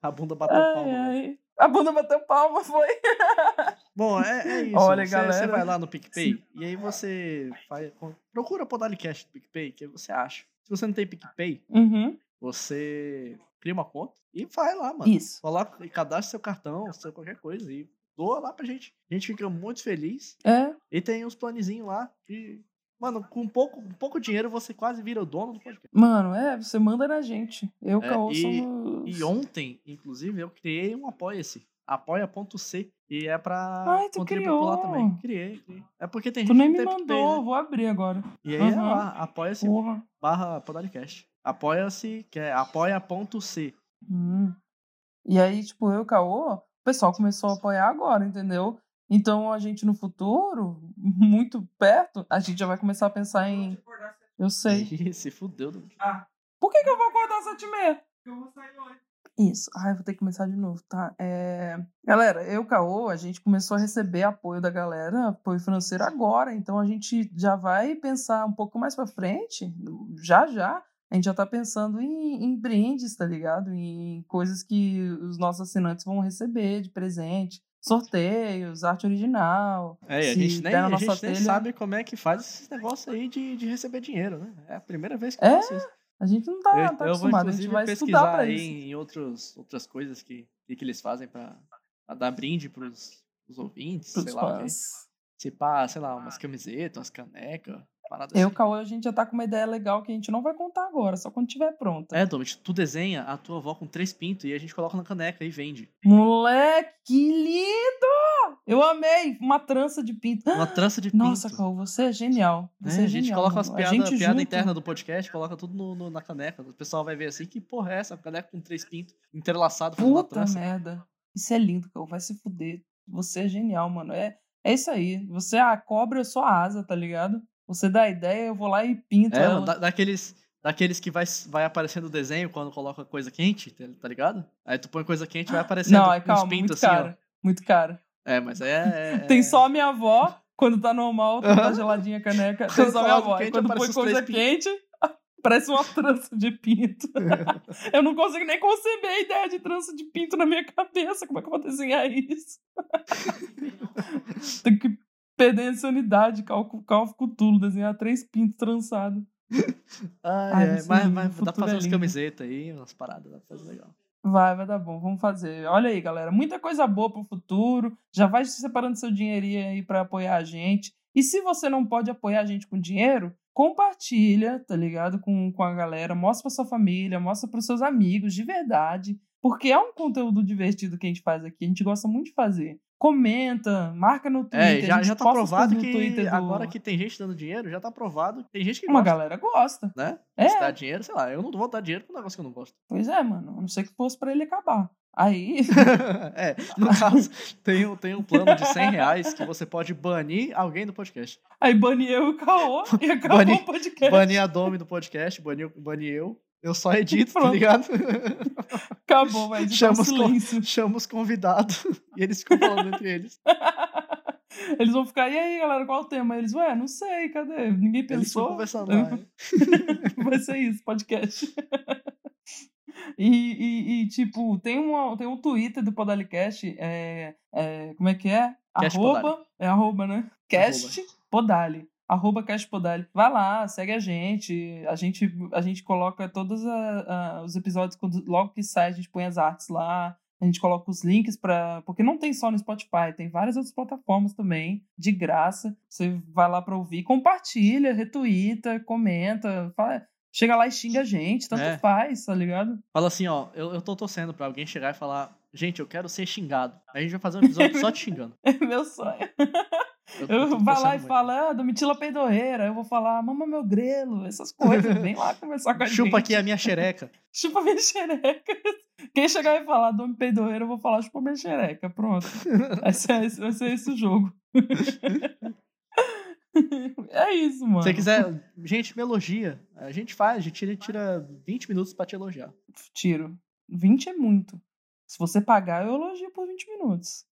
[SPEAKER 1] A bunda bateu
[SPEAKER 2] Ai,
[SPEAKER 1] palma. né?
[SPEAKER 2] ai. A bunda bateu palma, foi.
[SPEAKER 1] Bom, é, é isso.
[SPEAKER 2] Olha,
[SPEAKER 1] você, você
[SPEAKER 2] galera.
[SPEAKER 1] vai lá no PicPay e aí você faz, procura Podalicast no PicPay, que aí você acha. Se você não tem PicPay,
[SPEAKER 2] Uhum.
[SPEAKER 1] você cria uma conta e vai lá, mano.
[SPEAKER 2] Isso.
[SPEAKER 1] Coloca e cadastra seu cartão, seu qualquer coisa e doa lá pra gente. A gente fica muito feliz.
[SPEAKER 2] É.
[SPEAKER 1] E tem uns planezinhos lá que, mano, com pouco, com pouco dinheiro você quase vira o dono do podcast.
[SPEAKER 2] Mano, é, você manda na gente. Eu,
[SPEAKER 1] É,
[SPEAKER 2] Caô,
[SPEAKER 1] e-
[SPEAKER 2] somos.
[SPEAKER 1] E ontem, inclusive, eu criei um apoia-se. Apoia.c. E é pra
[SPEAKER 2] Ai, tu
[SPEAKER 1] lá
[SPEAKER 2] criou.
[SPEAKER 1] também. Criei, criei. É porque tem
[SPEAKER 2] Tu
[SPEAKER 1] gente
[SPEAKER 2] nem
[SPEAKER 1] que
[SPEAKER 2] me
[SPEAKER 1] não tem PicPay,
[SPEAKER 2] mandou,
[SPEAKER 1] né?
[SPEAKER 2] vou abrir agora.
[SPEAKER 1] E aí é
[SPEAKER 2] Aham.
[SPEAKER 1] lá, apoia-se
[SPEAKER 2] Porra.
[SPEAKER 1] barra Podalicast. Apoia-se, que é apoia.c.
[SPEAKER 2] Hum. E aí, tipo, eu e o Caô, o pessoal começou a apoiar agora, entendeu? Então a gente no futuro, muito perto, a gente já vai começar a pensar em. Eu sei.
[SPEAKER 1] Ih, (laughs) Se fudeu. Dudu.
[SPEAKER 2] Por que, que eu vou acordar às sete e meia? Eu vou sair hoje. Isso. Ai, vou ter que começar de novo, tá? É... Galera, eu e o Caô, a gente começou a receber apoio da galera, apoio financeiro agora. Então a gente já vai pensar um pouco mais pra frente, já já. A gente já tá pensando em, em brindes, tá ligado? Em coisas que os nossos assinantes vão receber de presente. Sorteios, arte original.
[SPEAKER 1] É, e a
[SPEAKER 2] Se
[SPEAKER 1] gente nem,
[SPEAKER 2] der na
[SPEAKER 1] a gente
[SPEAKER 2] nossa
[SPEAKER 1] nem
[SPEAKER 2] telha-
[SPEAKER 1] sabe como é que faz esses negócios aí de, de receber dinheiro, né? É a primeira vez que
[SPEAKER 2] É?
[SPEAKER 1] eu faço isso.
[SPEAKER 2] A gente não tá,
[SPEAKER 1] eu,
[SPEAKER 2] tá
[SPEAKER 1] eu vou,
[SPEAKER 2] acostumado, a gente
[SPEAKER 1] inclusive,
[SPEAKER 2] vai estudar
[SPEAKER 1] pesquisar
[SPEAKER 2] pra
[SPEAKER 1] aí
[SPEAKER 2] isso.
[SPEAKER 1] em outros, outras coisas que, que, que eles fazem pra, pra dar brinde pros, pros ouvintes, sei
[SPEAKER 2] Putz,
[SPEAKER 1] lá. o quê.
[SPEAKER 2] mas-
[SPEAKER 1] Se pá, sei lá, umas camisetas, umas canecas, paradas
[SPEAKER 2] Eu,
[SPEAKER 1] assim.
[SPEAKER 2] Cauê, a gente já tá com uma ideia legal que a gente não vai contar agora, só quando tiver pronta.
[SPEAKER 1] É, Domit, tu desenha a tua avó com três pintos e a gente coloca na caneca e vende.
[SPEAKER 2] Moleque, que lindo! Eu amei! Uma trança de pinto.
[SPEAKER 1] Uma trança de pinto.
[SPEAKER 2] Nossa, Cauê, você é genial.
[SPEAKER 1] né?
[SPEAKER 2] Você é
[SPEAKER 1] a gente
[SPEAKER 2] genial,
[SPEAKER 1] coloca as
[SPEAKER 2] mano. A
[SPEAKER 1] piadas
[SPEAKER 2] gente
[SPEAKER 1] piada
[SPEAKER 2] junto.
[SPEAKER 1] interna do podcast, coloca tudo no- no- na caneca. O pessoal vai ver assim, que porra é essa? Caneca com três pintos, entrelaçado, fazendo uma
[SPEAKER 2] Puta
[SPEAKER 1] trança.
[SPEAKER 2] merda. Isso é lindo, Cauê. Vai se fuder. Você é genial, mano. É, é isso aí. Você é a cobra, eu sou a asa, tá ligado? Você dá a ideia, eu vou lá e pinto
[SPEAKER 1] É,
[SPEAKER 2] ela.
[SPEAKER 1] mano, da- daqueles, daqueles que vai, vai aparecendo o desenho quando coloca coisa quente, tá- tá ligado? Aí tu põe coisa quente, vai aparecendo
[SPEAKER 2] Não, é
[SPEAKER 1] uns
[SPEAKER 2] calma, muito
[SPEAKER 1] pintos assim,
[SPEAKER 2] caro. Muito caro.
[SPEAKER 1] ó. É, mas
[SPEAKER 2] (laughs)
[SPEAKER 1] é... é-
[SPEAKER 2] Tem só a minha avó, quando tá normal, quando tá
[SPEAKER 1] Aham.
[SPEAKER 2] geladinha a caneca. Tem
[SPEAKER 1] Quando
[SPEAKER 2] só
[SPEAKER 1] tá
[SPEAKER 2] a minha
[SPEAKER 1] algo
[SPEAKER 2] avó. E
[SPEAKER 1] quente,
[SPEAKER 2] quando põe
[SPEAKER 1] aparece os
[SPEAKER 2] coisa
[SPEAKER 1] três
[SPEAKER 2] quente, (laughs) parece uma trança de
[SPEAKER 1] (laughs)
[SPEAKER 2] pinto. eu não consigo nem conceber a ideia de trança de pinto na minha cabeça. Como é que eu vou desenhar
[SPEAKER 1] (laughs)
[SPEAKER 2] isso? Tem que perder a insanidade, calco, calco tudo, desenhar três pintos trançados.
[SPEAKER 1] Ai,
[SPEAKER 2] Ai,
[SPEAKER 1] ai,
[SPEAKER 2] mas
[SPEAKER 1] mas,
[SPEAKER 2] sim,
[SPEAKER 1] mas
[SPEAKER 2] o
[SPEAKER 1] dá pra
[SPEAKER 2] futuro
[SPEAKER 1] fazer
[SPEAKER 2] é
[SPEAKER 1] umas
[SPEAKER 2] lindo.
[SPEAKER 1] camisetas aí, umas paradas, dá pra fazer legal.
[SPEAKER 2] Vai, vai dar bom, vamos fazer. Olha aí, galera, muita coisa boa pro futuro. Já vai separando seu dinheirinho aí pra apoiar a gente. E se você não pode apoiar a gente com dinheiro, compartilha, tá ligado? Com, com a galera, mostra pra sua família, mostra pros seus amigos, de verdade. Porque é um conteúdo divertido que a gente faz aqui, a gente gosta muito de fazer. Comenta, marca no Twitter.
[SPEAKER 1] É, já,
[SPEAKER 2] a gente
[SPEAKER 1] já tá
[SPEAKER 2] posta as
[SPEAKER 1] provado
[SPEAKER 2] coisas no
[SPEAKER 1] que
[SPEAKER 2] Twitter do-
[SPEAKER 1] agora que tem gente dando dinheiro, já tá provado que tem gente que
[SPEAKER 2] Uma
[SPEAKER 1] gosta,
[SPEAKER 2] galera gosta.
[SPEAKER 1] né?
[SPEAKER 2] É.
[SPEAKER 1] Se dá dinheiro, sei lá, eu não vou dar dinheiro pra um negócio que eu não gosto.
[SPEAKER 2] Pois é, mano. A não ser que fosse pra ele acabar. Aí. (laughs)
[SPEAKER 1] (laughs) é, no caso, tem, um- tem um plano de 100 reais que você pode banir alguém do podcast.
[SPEAKER 2] Aí bani eu e o Caô e acabou
[SPEAKER 1] Bani-
[SPEAKER 2] o podcast.
[SPEAKER 1] Banir a Domi do podcast, banir, banir eu. Eu só edito, tá
[SPEAKER 2] Pronto.
[SPEAKER 1] ligado? (laughs)
[SPEAKER 2] Acabou, vai editar
[SPEAKER 1] Chama
[SPEAKER 2] o
[SPEAKER 1] os co-
[SPEAKER 2] silêncio.
[SPEAKER 1] Chamo os convidados (laughs) e eles ficam falando entre eles.
[SPEAKER 2] Eles vão ficar, e aí, galera, qual o tema? Eles, ué, não sei, cadê? Ninguém
[SPEAKER 1] Eles ficam
[SPEAKER 2] pensou.
[SPEAKER 1] conversando lá. né?
[SPEAKER 2] (laughs) Vai ser isso, podcast. (laughs) E, e- e, tipo, tem, uma, tem um Twitter do Podalicast, é, é, como é que é?
[SPEAKER 1] Cast
[SPEAKER 2] arroba, é arroba, né? Cast Podali. Arroba Cast Podali. Vai lá, segue a gente. A gente, a gente coloca todos a- a- os episódios, quando, logo que sai, a gente põe as artes lá. A gente coloca os links para Porque não tem só no Spotify, tem várias outras plataformas também, de graça. Você vai lá pra ouvir, compartilha, retuita, comenta, fala- chega lá e xinga a gente, tanto
[SPEAKER 1] É.
[SPEAKER 2] faz, tá ligado? (laughs)
[SPEAKER 1] Fala assim, ó, eu, eu tô torcendo pra alguém chegar e falar, gente, eu quero ser xingado. Aí a gente vai fazer um episódio só te xingando.
[SPEAKER 2] É meu sonho.
[SPEAKER 1] Eu tô
[SPEAKER 2] Eu, vai lá e
[SPEAKER 1] pensando muito.
[SPEAKER 2] fala, ah, Domitila Peidorreira. Eu vou falar, mama meu grelo, essas coisas. Vem lá conversar com a gente.
[SPEAKER 1] Chupa aqui a minha xereca.
[SPEAKER 2] Chupa minha xereca. Quem chegar e falar Dom Peidoeiro, eu vou falar chupa minha
[SPEAKER 1] (laughs)
[SPEAKER 2] xereca. Pronto. Vai ser, esse- vai ser esse o jogo. (laughs) é isso, mano.
[SPEAKER 1] Se você quiser, gente, me elogia. A gente faz, a gente tira, tira 20 minutos pra te elogiar.
[SPEAKER 2] Tiro. 20 é muito. Se você pagar, eu elogio por 20 minutos.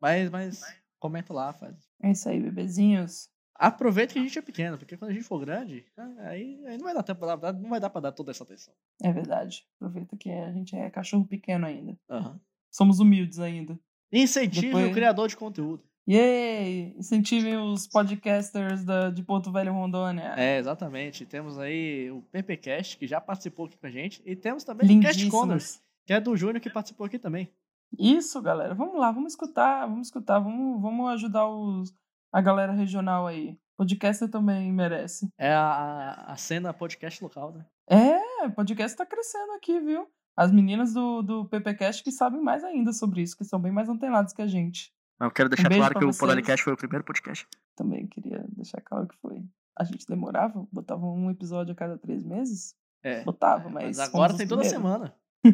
[SPEAKER 1] Mas, mas comenta lá, faz.
[SPEAKER 2] É isso aí, bebezinhos.
[SPEAKER 1] Aproveita que a gente é pequeno, porque quando a gente for grande, ah, aí, aí não vai dar tempo pra dar, não vai dar pra dar toda essa atenção.
[SPEAKER 2] É verdade. Aproveita que a gente é cachorro pequeno ainda.
[SPEAKER 1] Aham.
[SPEAKER 2] Somos humildes ainda.
[SPEAKER 1] Incentive
[SPEAKER 2] Depois-
[SPEAKER 1] o criador de conteúdo.
[SPEAKER 2] Yay! Incentivem os podcasters da, de Porto Velho Rondônia.
[SPEAKER 1] É, exatamente. Temos aí o PPcast, que já participou aqui com a gente, e temos também o Cast Connors,
[SPEAKER 2] Lindíssimos.
[SPEAKER 1] que é do Júnior que participou aqui também.
[SPEAKER 2] Isso, galera. Vamos lá, vamos escutar, vamos escutar, vamos, vamos ajudar os, a galera regional aí. Podcaster também merece.
[SPEAKER 1] É a, a cena podcast local, né?
[SPEAKER 2] É, podcast tá crescendo aqui, viu? As meninas do, do PPcast que sabem mais ainda sobre isso, que são bem mais antenadas que a gente.
[SPEAKER 3] Eu quero deixar
[SPEAKER 2] Um beijo
[SPEAKER 3] claro
[SPEAKER 2] pra
[SPEAKER 3] que
[SPEAKER 2] vocês.
[SPEAKER 3] o Podalicast foi o primeiro podcast.
[SPEAKER 2] Também queria deixar claro que foi. A gente demorava, botava um episódio a cada três meses?
[SPEAKER 1] É.
[SPEAKER 2] Botava, mas.
[SPEAKER 1] Mas agora tem
[SPEAKER 2] fomos os
[SPEAKER 1] toda
[SPEAKER 2] primeiros.
[SPEAKER 1] semana.
[SPEAKER 2] (laughs)
[SPEAKER 1] E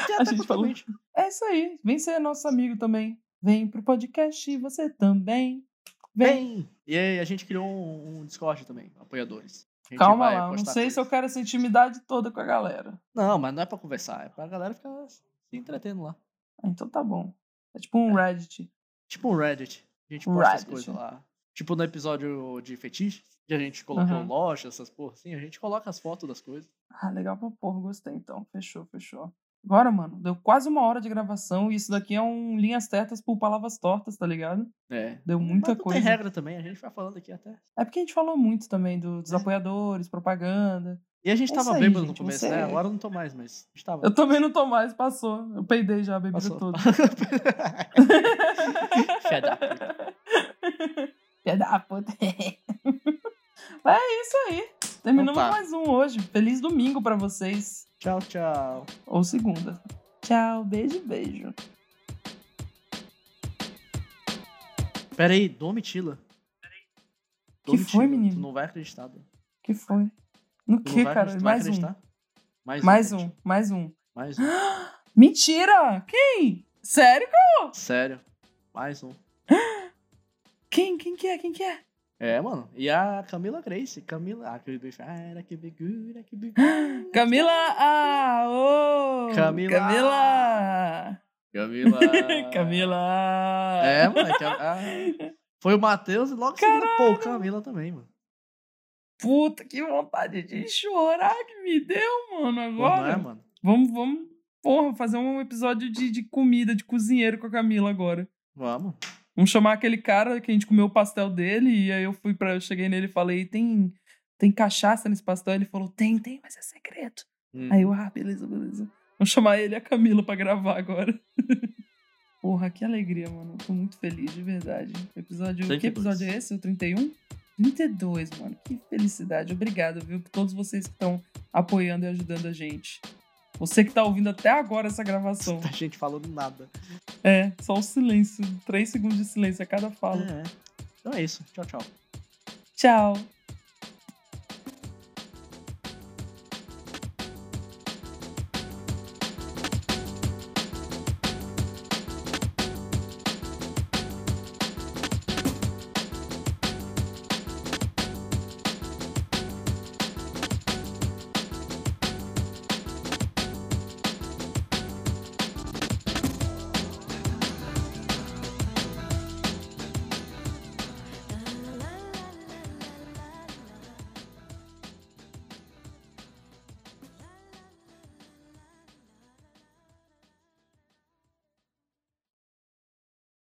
[SPEAKER 1] tem
[SPEAKER 2] A
[SPEAKER 1] até
[SPEAKER 2] gente falou-
[SPEAKER 1] futuramente.
[SPEAKER 2] É isso aí. Vem ser nosso amigo também. Vem pro podcast e você também. Vem.
[SPEAKER 1] Bem! E aí a gente criou um, um Discord também, apoiadores. A gente
[SPEAKER 2] Calma
[SPEAKER 1] vai
[SPEAKER 2] lá, eu não
[SPEAKER 1] postar
[SPEAKER 2] sei se eu
[SPEAKER 1] coisas.
[SPEAKER 2] quero essa intimidade toda com a galera.
[SPEAKER 1] Não, mas não é pra conversar, é pra galera ficar se entretendo lá.
[SPEAKER 2] Ah, então tá bom. É tipo um Reddit.
[SPEAKER 1] Tipo um Reddit. A gente posta as
[SPEAKER 2] Reddit.
[SPEAKER 1] coisas lá. Tipo no episódio de fetiches, que a gente colocou
[SPEAKER 2] Aham.
[SPEAKER 1] loja, essas porra assim, a gente coloca as fotos das coisas.
[SPEAKER 2] Ah, legal pra porra, gostei então. Fechou, fechou. Agora, mano, deu quase uma hora de gravação e isso daqui é um linhas certas por palavras tortas, tá ligado?
[SPEAKER 1] É.
[SPEAKER 2] Deu muita
[SPEAKER 1] Mas não
[SPEAKER 2] coisa.
[SPEAKER 1] Tem regra também, a gente vai falando aqui até.
[SPEAKER 2] É porque a gente falou muito também do-
[SPEAKER 1] É.
[SPEAKER 2] dos apoiadores, propaganda.
[SPEAKER 1] E a gente
[SPEAKER 2] É
[SPEAKER 1] tava
[SPEAKER 2] isso aí,
[SPEAKER 1] bêbado no
[SPEAKER 2] gente,
[SPEAKER 1] começo,
[SPEAKER 2] você-
[SPEAKER 1] né? Agora eu não tô mais, mas a gente tava.
[SPEAKER 2] Eu também não tô mais, passou. Eu peidei já a bebida
[SPEAKER 1] Passou. (laughs)
[SPEAKER 2] toda.
[SPEAKER 1] Filha da
[SPEAKER 2] Filha da puta. Mas é isso aí. Terminamos
[SPEAKER 1] Então tá.
[SPEAKER 2] mais um hoje. Feliz domingo pra vocês.
[SPEAKER 1] tchau, tchau.
[SPEAKER 2] Ou segunda. Tchau, beijo, beijo.
[SPEAKER 1] Pera aí, Domitila.
[SPEAKER 2] Que foi, menino?
[SPEAKER 1] Tu não vai acreditar, Dom.
[SPEAKER 2] Que foi? No
[SPEAKER 1] Tu
[SPEAKER 2] que,
[SPEAKER 1] não vai,
[SPEAKER 2] cara?
[SPEAKER 1] acreditar- tu vai
[SPEAKER 2] Mais um.
[SPEAKER 1] acreditar? Mais um.
[SPEAKER 2] Mais um,
[SPEAKER 1] Domitila.
[SPEAKER 2] mais um.
[SPEAKER 1] Mais um.
[SPEAKER 2] Mentira! Quem? Sério? cara?
[SPEAKER 1] Sério. Mais um.
[SPEAKER 2] Quem? Quem que é? Quem que é?
[SPEAKER 1] É, mano. E a Camila Grace. Camila. Ah, que be- ah, que be good, ah, que be good.
[SPEAKER 2] (gasps) Camila! Ah, ô!
[SPEAKER 1] Camila!
[SPEAKER 2] Camila!
[SPEAKER 1] Camila.
[SPEAKER 2] (laughs) Camila!
[SPEAKER 1] É, mano. é que a- a- Foi o Matheus e logo em seguida, pô, o Camila também, mano.
[SPEAKER 2] Puta, que vontade de chorar que me deu, mano,
[SPEAKER 1] Pô,
[SPEAKER 2] agora.
[SPEAKER 1] não é, mano?
[SPEAKER 2] Vamos, vamos, porra, fazer um episódio de, de comida, de cozinheiro com a Camila agora.
[SPEAKER 1] Vamos.
[SPEAKER 2] Vamos chamar aquele cara que a gente comeu o pastel dele e aí eu fui para eu cheguei nele e falei, tem tem cachaça nesse pastel? Ele falou, tem, tem, mas é segredo.
[SPEAKER 1] Hum.
[SPEAKER 2] Aí eu, ah, beleza, beleza. Vamos chamar ele e a Camila pra gravar agora. (laughs) Porra, que alegria, mano. Tô muito feliz, de verdade. Episódio, que
[SPEAKER 1] 32.
[SPEAKER 2] episódio é esse? O 31? 32, mano. Que felicidade. Obrigado, viu, por todos vocês que estão apoiando e ajudando a gente. Você que tá ouvindo até agora essa gravação.
[SPEAKER 1] (laughs) A gente falando nada.
[SPEAKER 2] É, só o silêncio. Três segundos de silêncio a cada fala.
[SPEAKER 1] É. Então é isso. Tchau, tchau.
[SPEAKER 2] Tchau.